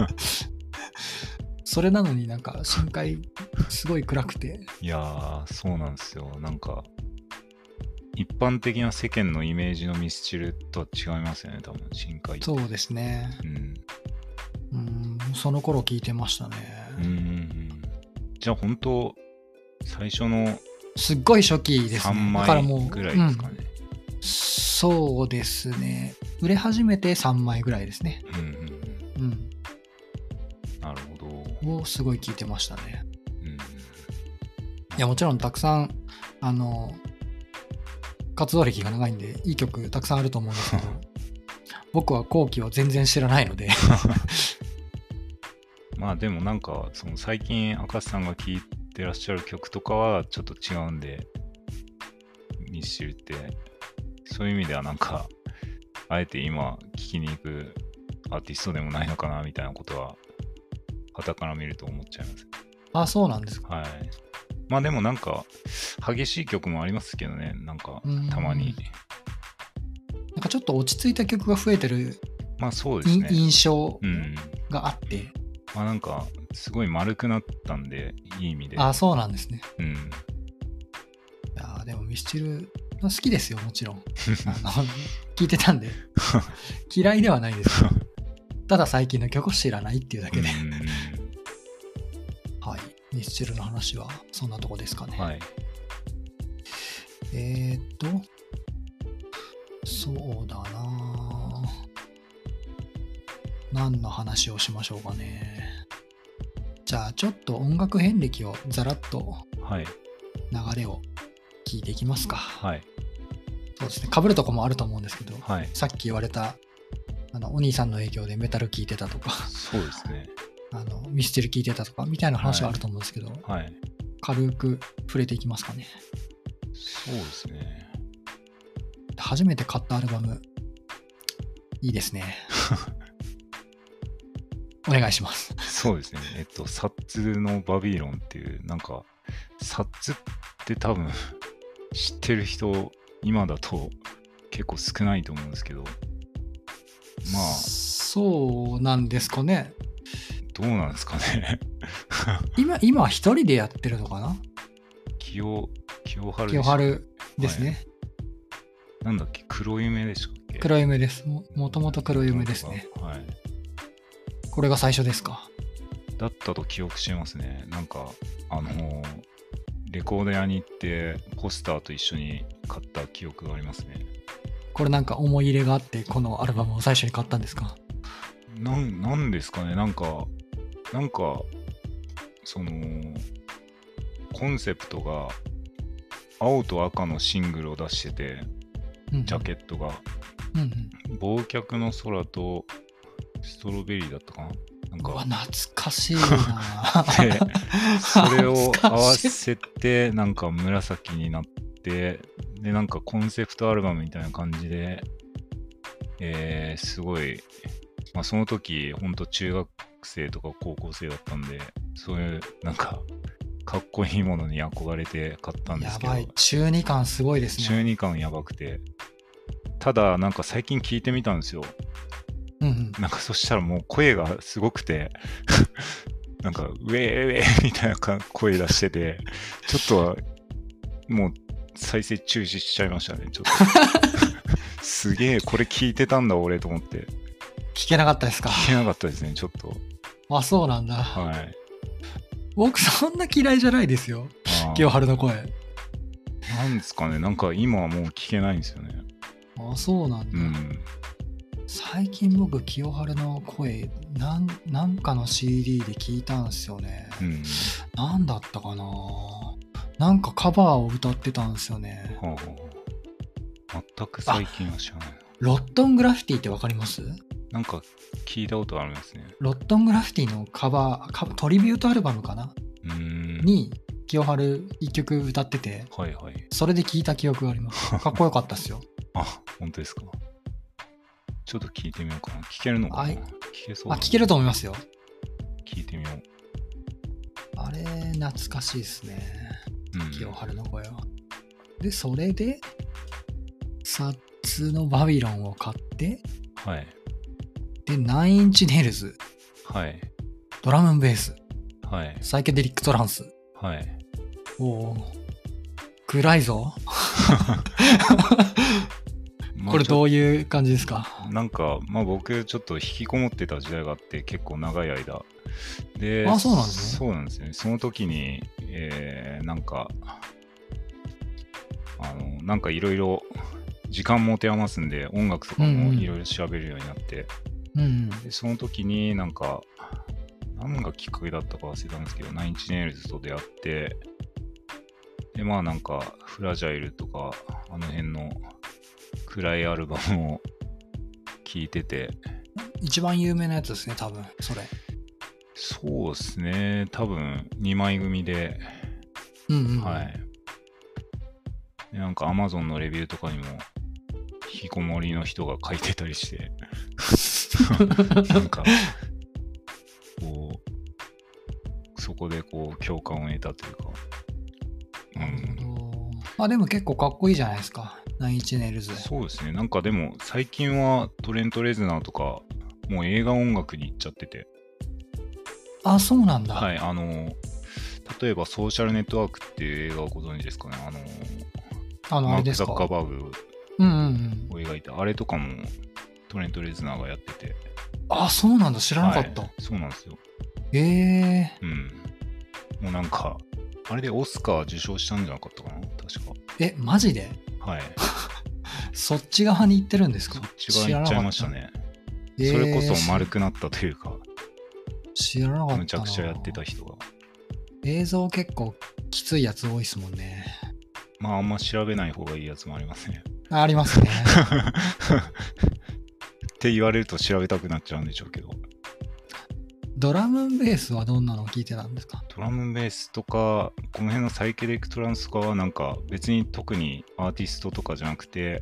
A: <laughs> それなのになんか深海すごい暗くて。
B: いやー、そうなんですよ。なんか、一般的な世間のイメージのミスチルとは違いますよね、多分、深海って。
A: そうですね。
B: うん。
A: うん、その頃聞いてましたね。
B: うんうんうん。じゃあ、本当最初の
A: すっごい初期です
B: 3
A: ね。だから
B: 枚
A: もう、
B: ぐらいですかね。
A: うんそうですね。売れ始めて3枚ぐらいですね。
B: うんうんうん。
A: うん。
B: なるほど。
A: をすごい聞いてましたね。
B: うん
A: いや、もちろんたくさん、あの、活動歴が長いんで、いい曲たくさんあると思うんです
B: <laughs>
A: けど、僕は後期を全然知らないので、
B: まあでもなんかその最近明石さんが聴いてらっしゃる曲とかはちょっと違うんでミッシュってそういう意味ではなんかあえて今聴きに行くアーティストでもないのかなみたいなことは傍から見ると思っちゃいます
A: あ、そうなんですか。
B: はいまあでもなんか激しい曲もありますけどねなんか
A: うん
B: たまに
A: なんかちょっと落ち着いた曲が増えてる
B: まあそうです
A: い、
B: ね
A: 印象
B: うん
A: があって、
B: まあなんかすごい丸くなったんでいい意味で
A: あ、そうなんですね。
B: う
A: い
B: ん
A: やーでもミスチル好きですよ、も
B: <laughs>
A: ちろん。あの聞いてたんで、嫌いではない
B: <laughs>
A: ですよ。ただ最近の曲を知らないっていうだけで、
B: うん
A: はい。ミスチルの話はそんなとこですかね。
B: はい。
A: えーっと、そうだなぁ何の話をしましょうかね。じゃあ、ちょっと音楽遍歴をざらっと
B: はい。
A: 流れを聞いていきますか。
B: はい。
A: そうですね。被るとこもあると思うんですけど、
B: はい。
A: さっき言われた、あの、お兄さんの影響でメタル聞いてたとか、
B: そうですね。
A: あの、ミスチル聞いてたとか、みたいな話はあると思うんですけど、
B: はい。
A: 軽く触れていきますかね。
B: そうですね。
A: 初めて買ったアルバムいいです
B: <laughs>
A: ねお願いします
B: そうですね。えっと、サッツのバビロンっていう、なんか、サッツって多分、 <laughs> 知ってる人、今だと結構少ないと思うんですけど、まあ、
A: そうなんですかね
B: どうなんですかね。 <laughs>
A: 今今は一人でやってるのかな
B: 清、清春
A: 清
B: でした
A: 春ですね、
B: なんだっけ、黒夢でしたっけ
A: 黒夢ですももともと黒夢ですね。
B: はい。
A: これが最初ですか
B: だったと記憶してますね。なんか、あのーレコード屋に行って、ポスターと一緒に買った記憶がありますね。
A: これなんか思い入れがあってこのアルバムを最初に買ったんですか
B: なんなんですかね、なんか、なんか、その、コンセプトが、青と赤のシングルを出してて、
A: うん
B: ジャケットが、
A: うんうん
B: 忘却の空と、ストロベリーだったかななん
A: うわ
B: <laughs> か、
A: 懐かしい
B: <laughs>
A: な
B: でそれを合わ
A: 懐かしい
B: せてなんか紫になってでなんかコンセプトアルバムみたいな感じで、えーすごい、まあ、その時ほんと中学生とか高校生だったんでそういうなんかかっこいいものに憧れて買ったん
A: <laughs>
B: で
A: や
B: すけど
A: ばい中二感すごいです
B: 中
A: ね
B: 二感やばくてただなんか最近聞いてみたんですよ
A: うんうん
B: なんかそしたらもう声がすごくて、 <laughs> なんか、ウェーウェーみたいなか声出してて、ちょっとは、もう再生中止しちゃいましたね、ちょっと。すげえ、これ聞いてたんだ、俺と思って。
A: 聞けなかったですか
B: 聞けなかったですね、ちょっと。
A: あそうなんだ、
B: はい。
A: 僕そんな嫌いじゃないですよ
B: あー
A: 清春の声
B: なんですかね、なんか今はもう聞けないんですよね。
A: あそうなん
B: う
A: だ、
B: ん。
A: 最近僕清春の声なんなんかの CD で聞いたんですよね、
B: うん。
A: なんだったかななんかカバーを歌ってたんですよね
B: はあ、全く最近は知らないな。
A: ロットングラフィティってわかります
B: なんか聞いたことありますね。
A: ロットングラフィティのカバーカトリビュートアルバムかな
B: うーん。
A: に清春一曲歌ってて
B: はいはい。
A: それで聞いた記憶があり
B: <laughs>
A: ますかっこよかったっすよ
B: あ、本当ですか。ちょっと聞いてみようかな。聞けるのかな、
A: はい
B: 聞けそう
A: あ
B: だな
A: 聞けると思いますよ
B: 聞いてみよう。
A: あれ懐かしいですね
B: うん
A: 清春の声は。で、それで、サッツスのバビロンを買って、
B: はい。
A: で、ナインチネイルズ、
B: はい。
A: ドラムンベース、
B: はい。
A: サイケデリックトランス。
B: はい。
A: おー暗いぞ。
B: まあ
A: これ
B: ちょ
A: どういう感じですか
B: なんか、まあ僕、ちょっと引きこもってた時代があって、結構長い間。で、
A: あそうなんですね
B: そうなんですよね。その時に、えー、なんか、あの、なんかいろいろ、時間持て余すんで、音楽とかもいろいろ調べるようになって、
A: うんうん。
B: でその時になんか、何がきっかけだったか忘れたんですけど、ナインチネイルズと出会って、で、まあなんか、フラジャイルとか、あの辺の暗いアルバムを聴いてて、
A: 一番有名なやつですね、多分、それ。
B: そうですね、多分2枚組で、
A: うんうん。
B: はい。でなんか Amazon のレビューとかにも、引きこもりの人が書いてた
A: <laughs>
B: りして、なんか、こう、そこでこう共感を得たというか、う
A: なる
B: ん、
A: ほどまあでも結構かっこいいじゃないですか。ナインチネイルズ。
B: そうですね、なんかでも最近はトレント・レズナーとか、もう映画音楽に行っちゃってて、
A: あ、そうなんだ。
B: はい、あの、例えばソーシャルネットワークっていう映画をご存知ですかね、あの、
A: あの、あ
B: マ
A: れ
B: ーク・
A: です
B: ザ
A: か
B: ッ。カーバーグ
A: うんうんうん。
B: を描いたあれとかもトレント・レズナーがやってて
A: あ、そうなんだ。知らなかった。
B: はいそうなんですよ
A: ええ
B: うんもうなんかあれでオスカー受賞したんじゃなかったかな確
A: ー。え、マジで
B: かはい
A: そっち側に行ってるんです
B: そ
A: か
B: っち側行っちゃいました。ね、
A: 知ら
B: そ
A: なか
B: れ
A: った
B: こそ丸
A: え
B: くなったというか、
A: ー知らなかったな。
B: むちゃくちゃやってた人が
A: 映像結構きついやつ多いですもんね。
B: まああんま調べない方がいいやつもありますね <laughs>
A: あありますね。
B: って言われると調べたくなっちゃうんでしょうけど
A: ドラムンベースはどんなのを聞いてたんですか
B: ドラムベースとかこの辺のサイケデリックトランスとかはなんか別に特にアーティストとかじゃなくて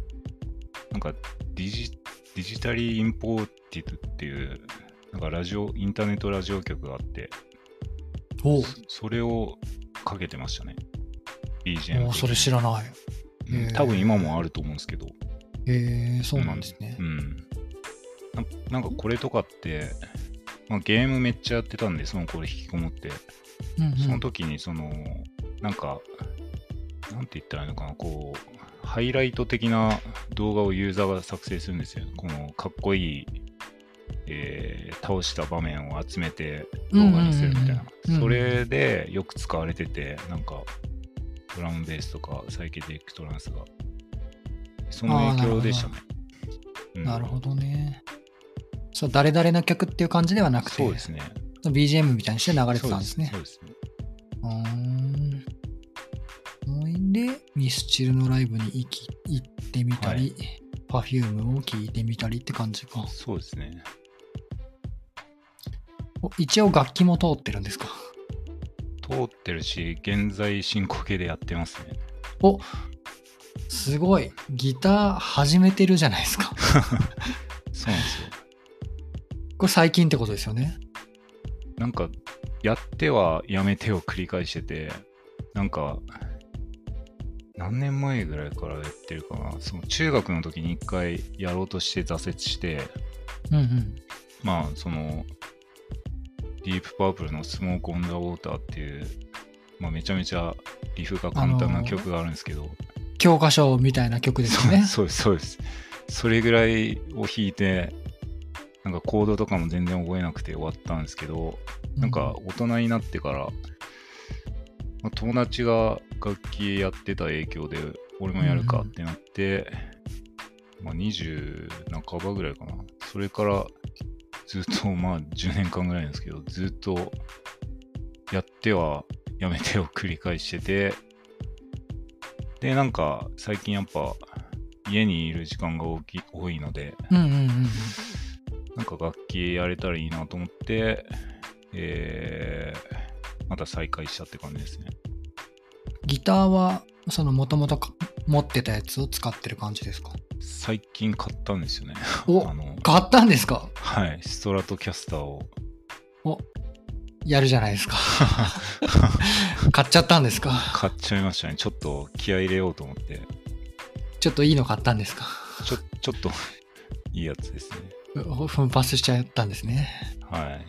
B: なんかディジディジタリーインポーティブっていうなんかラジオインターネットラジオ局があって
A: おう
B: それをかけてましたね BGM
A: おう、
B: 的に
A: それ知らない。
B: うん
A: へー
B: 多分今もあると思うんですけど
A: ええー、そうなんですね
B: う。んななんかこれとかって、まあ、ゲームめっちゃやってたんでその頃引きこもって
A: うんうん
B: その時にそのなんかなんて言ったらいいのかなこうハイライト的な動画をユーザーが作成するんですよこのかっこいい、えー倒した場面を集めて動画にするみたいな、
A: うんうんうんうん
B: それでよく使われててなんかドラムベースとかサイケデリックトランスがその影響でしたねうん
A: なるほどね。そう、誰々の曲っていう感じではなくて、
B: そうですね
A: BGM みたいにして流れてたんですね
B: そ。うですそうですね
A: うーん。それで、ミスチルのライブに行き行ってみたり、Perfume を聴いてみたりって感じか。
B: そうですね
A: お一応楽器も通ってるんですか。
B: 通ってるし現在進行形でやってますね
A: すごい。ギター始めてるじゃないですか。 <laughs>
B: そうなんですよ。
A: これ最近ってことですよね。
B: なんか、やってはやめてを繰り返してて、なんか、何年前ぐらいからやってるかな。その中学の時に一回やろうとして挫折して、
A: うんうん。
B: まあ、その、ディープパープルのスモークオンダウォーターっていう、まあ、めちゃめちゃリフが簡単な曲があるんですけど、
A: 教科書みたいな曲ですよね。
B: <laughs> そうです、そうです。それぐらいを弾いて、なんかコードとかも全然覚えなくて終わったんですけど、なんか大人になってから、まあ友達が楽器やってた影響で、俺もやるかってなって、まあ、20半ばぐらいかな。それからずっと、 <laughs> まあ10年間ぐらいなんですけど、ずっとやってはやめてを <laughs> 繰り返してて、で、なんか最近やっぱ家にいる時間が大き多いので、
A: うん。うんうんうん
B: なんか楽器やれたらいいなと思って、えー、また再開したって感じですね。
A: ギターはそのもともと持ってたやつを使ってる感じですか
B: 最近買ったんですよね。
A: お
B: あの、
A: 買ったんですか
B: はい、ストラトキャスターを。
A: やるじゃない
B: <laughs>
A: ですか買っちゃったんですか
B: 買っちゃいましたね。ちょっと気合い入れようと思って。
A: ちょっといいの買ったんですか <laughs>
B: ちょちょっと <laughs> いいやつですね。
A: ふ奮発しちゃったんですね。
B: はい。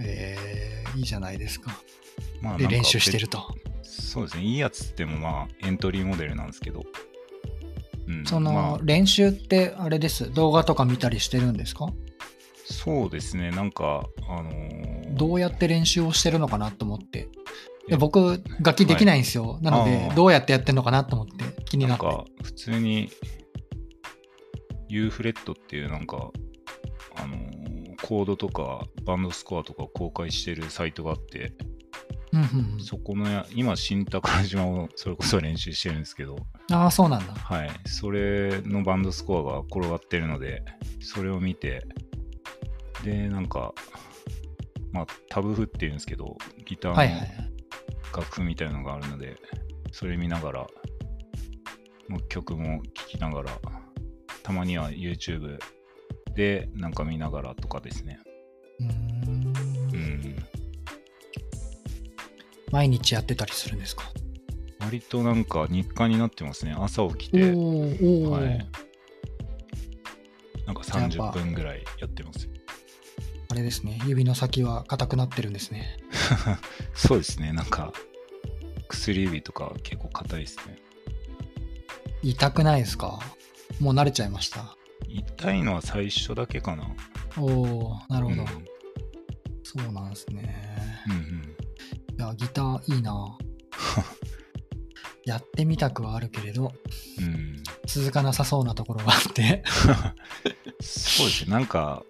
A: えー、いいじゃないですか。
B: まあ
A: で、
B: なんか
A: 練習してると。
B: そうですね、いいやつってもまあエントリーモデルなんですけど。うん、
A: そ
B: ま
A: の
B: あ、
A: 練習ってあれです。動画とか見たりしてるんですか
B: そうですね、なんか、あのー
A: どうやって練習をしてるのかなと思って。い
B: え
A: や僕、楽器できないんですよ。なので
B: あ、ー
A: どうやってやってるのかなと思って気に
B: な
A: なんって。
B: か普通に U フレットっていうなんか、あのーコードとかバンドスコアとかを公開してるサイトがあって、
A: うんうんうん
B: そこのや今新宝島をそれこそ練習してるんですけど、
A: ああ、そうなんだ。
B: はい、それのバンドスコアが転がってるので、それを見て、で、なんか、まあ、タブ譜っていうんですけど、ギタ
A: はい
B: ー
A: は
B: の
A: い。
B: 楽譜みたいのがあるので、それ見ながら、もう曲も聴きながら、たまには YouTube でなんか見ながらとかですね。
A: うーん
B: うん。
A: 毎日やってたりするんですか
B: 割となんか日課になってますね。朝起き
A: お
B: て、
A: ーおー、
B: はい。なんか
A: じゃあやっ
B: 30
A: ぱ
B: 分ぐらいやってます。
A: あれですね指の先は硬くなってるんですね
B: そうですね、なんか、薬指とか結構硬いですね。
A: 痛くないですかもう慣れちゃいました
B: 痛いのは最初だけかな。
A: おおなるほ
B: うん、う
A: ど、
B: ん
A: そうなんですね
B: うん。
A: いやギターいい
B: <laughs>
A: なやってみたくはあるけれど
B: うん。
A: 続かなさそうなところがあって <laughs>
B: そうですね、なんか、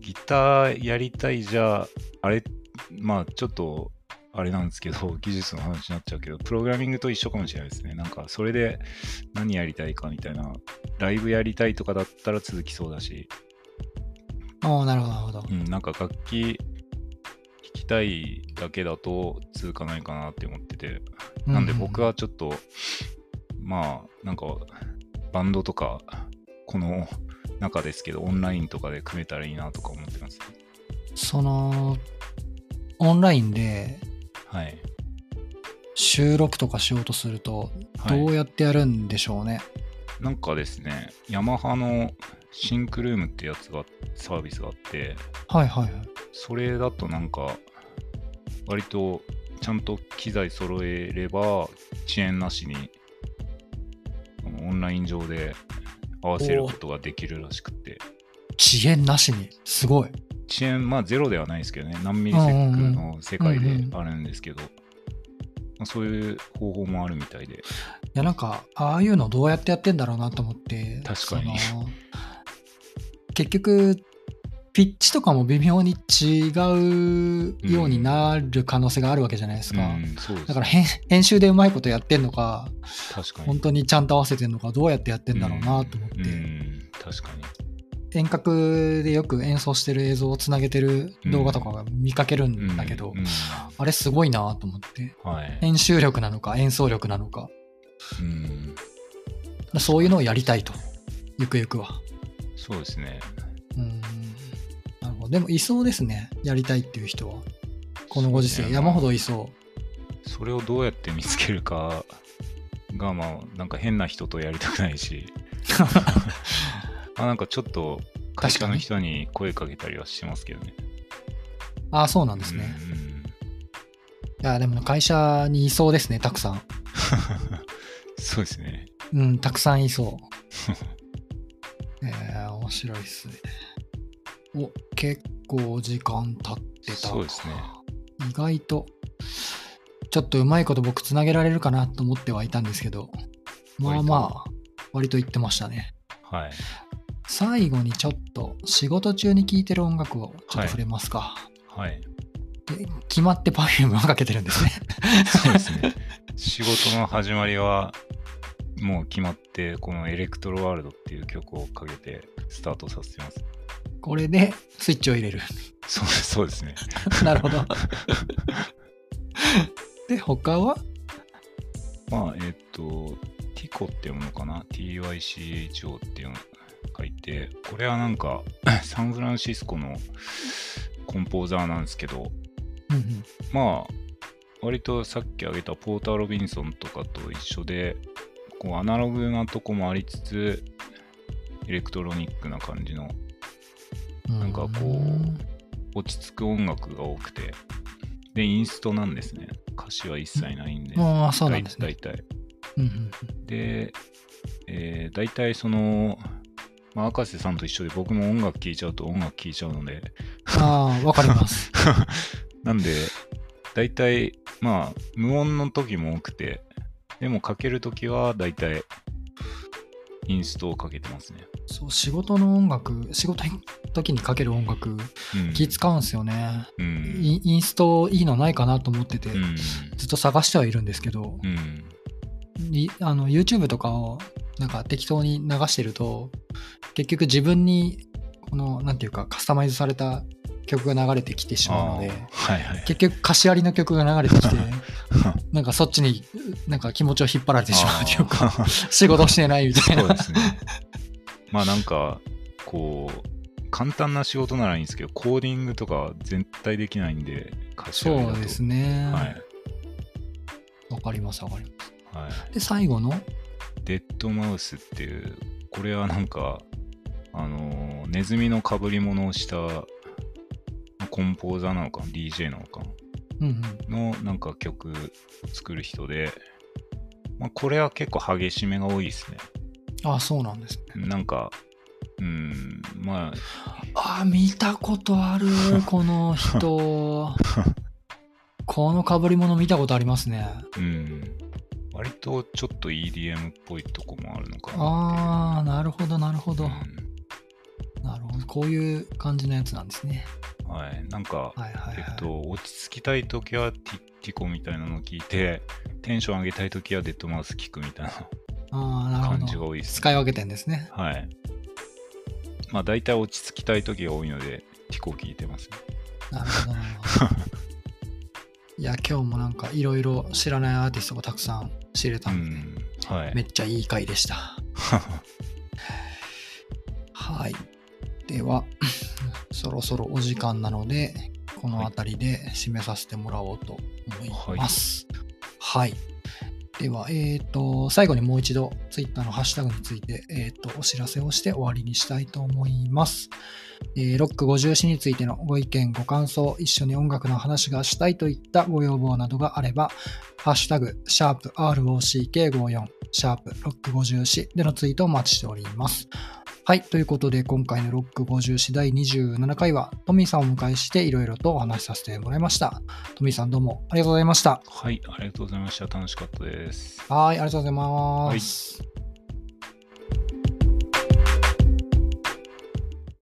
B: ギターやりたいじゃ、あれ、まあちょっと、あれなんですけど、 <laughs> 技術の話になっちゃうけど、プログラミングと一緒かもしれないですね。なんか、それで何やりたいかみたいな、ライブやりたいとかだったら続きそうだし、
A: おおなるほどなるほど
B: うん、なんか楽器弾きたいだけだと続かないかなって思ってて、なんで僕はちょっと、まあ、なんか、バンドとか、この中ですけど、オンラインとかで組めたらいいなとか思ってます。
A: そのオンラインで
B: はい。
A: 収録とかしようとすると
B: は
A: ど
B: い、
A: うやってやるんでしょうね、
B: なんかですね、ヤマハのシンクルームってやつが、サービスがあって、
A: はいはいはい
B: それだとなんか、割とちゃんと機材揃えれば、遅延なしに、あのオンライン上で合わせることができるらしくて、
A: 遅延なしにすごい
B: 遅延、まあゼロではないですけどね、何ミリセックの世界
A: うんうんうん
B: であるんですけど、まあそういう方法もあるみたいで、
A: いやなんかああいうのどうやってやってんだろうなと思って
B: 確かに
A: その結局ピッチとかも微妙に違うようになる可能性があるわけじゃないですか、
B: うんそうです
A: だから編編集でうまいことやってんのか
B: 確かに。
A: 本当にちゃんと合わせてんのかどうやってやってんだろうなと思って、
B: うんうん確かに。
A: 遠隔でよく演奏してる映像をつなげてる動画とかが見かけるんだけど、
B: うんうん
A: あれすごいなと思って
B: はい。
A: 編集力なのか演奏力なのか
B: うん。
A: そういうのをやりたいと、ゆくゆくは。
B: そうですね。
A: うんなるほどでも、いそうですね、やりたいっていう人は。このご時
B: そう
A: 世、
B: ね
A: 山ほどいそ
B: それをどうやって見つけるかが、まあ、なんか変な人とやりたくな
A: <laughs>
B: いし、あなんかちょっと会社の人に声かけたりはしてますけどね。
A: う。ああ、そうなんですね。
B: うんうん
A: いや、でも会社にいそうですね、たくさん。
B: <laughs> そうですね。
A: うん、たくさんいそう。えー、面白いっすね。お、結構時間経ってた。
B: そうですね。
A: 意外と、ちょっとうまいこと僕つなげられるかなと思ってはいたんですけど、まあまあ、割と言ってましたね。
B: はい。
A: 最後にちょっと仕事中に聴いてる音楽をちょっと
B: はい
A: 触れますか、
B: はい。
A: で決まって Perfume をかけてるんですね
B: そうですね。仕事の始まりは、もう決まって、このエレクトロワールドっていう曲をかけてスタートさせてます。
A: <laughs> これでスイッチを入れる
B: そうそうですね。
A: <laughs> なるほど <laughs> で他は
B: まあ、えっ、と、ティコって読むのかな ?TYCHO っていうの書いて、これはなんか、サンフランシスコのコンポーザーなんですけど、
A: うんうん
B: まあ、割とさっき挙げたポーター・ロビンソンとかと一緒で、こうアナログなとこもありつつ、エレクトロニックな感じの
A: なん
B: かこう落ち着く音楽が多くてでインストなんですね歌詞は一切ないんで、
A: ああ、そうなんですね。
B: 大体
A: うんうん
B: で、えー、大体その、まあ、赤瀬さんと一緒で僕も音楽聴いちゃうと音楽聴いちゃうので
A: ああ、わかります。
B: <laughs> なんで大体まあ無音の時も多くてでもかける時は大体インストをかけてますね、
A: <laughs> そう、仕事の音楽、仕事の時にかける音楽、
B: うん、
A: 気使うんですよね。
B: うん
A: インインストいいのないかなと思ってて、
B: うん
A: ずっと探してはいるんですけど、
B: うん
A: いあの YouTube とかをなんか適当に流してると結局自分にこのなんていうかカスタマイズされた曲が流れてきてしまうので
B: あーはいはい
A: 結局歌詞ありの曲が流れて <laughs> きてなんかそっちになんか気持ちを引っ張られてしまうというか
B: あー
A: 仕事してないみたい
B: そう
A: な
B: ですね。まあなんか、こう、簡単な仕事ならいいんですけど、コーディングとか全体できないんで、歌詞
A: そうです
B: ね。
A: ねわ、
B: はい。
A: かりますわかりま
B: は
A: すで最後の
B: い、デッドマウスっていう、これはなんか、あのー、ネズミの被り物をした、コンポーザーなのか、DJ なのか、
A: うんうん
B: のなんか曲を作る人で、まあこれは結構激しめが多いですね。
A: ああそうなんですね
B: なんか、うん、まあ、
A: ああ見たこと <laughs> あるこの <laughs> 人この被り物見たことありますね
B: うん。割とちょっと EDM っぽいとこもあるのかなっ
A: ああなるほどなるほ
B: て
A: ど、
B: いう。
A: なるほどこういう感じのやつなんですね
B: うんはい。なんか、
A: はいはいはい、
B: えっと、落ち着きたいときはティティコみたいなの聞いて、テンション上げたいときはデッドマウス聞くみたい
A: ああ
B: な
A: なる
B: 感じ
A: ほ
B: が
A: ど
B: 多いです、
A: 使い分けてんですね
B: はい。まあ、大体落ち着きたいときが多いので、ティコ聞いてますね。
A: なる
B: <laughs>
A: ほどなるほどいや今日もなんかいろいろ知らないアーティストがたくさん知れた
B: うん
A: でね、
B: ん。はい
A: め。っちゃいい回で
B: <laughs>
A: したはい。では、そろそろお時間なので、この辺りで締めさせてもらおうと思います。はい。では、えっ、と、最後にもう一度、Twitter のハッシュタグについて、えっ、と、お知らせをして終わりにしたいと思います。えーロック54についてのご意見、ご感想、一緒に音楽の話がしたいといったご要望などがあれば、ハッシュタグ、シャープ ROCK54、シャープロック54でのツイートをお待ちしております。はい。ということで、今回のロック50次第27回は、トミーさんをお迎えして、いろいろとお話しさせてもらいました。トミーさんどうもありがとうございました。
B: はい、ありがとうございました。楽しかったです。
A: はい、ありがとうございます。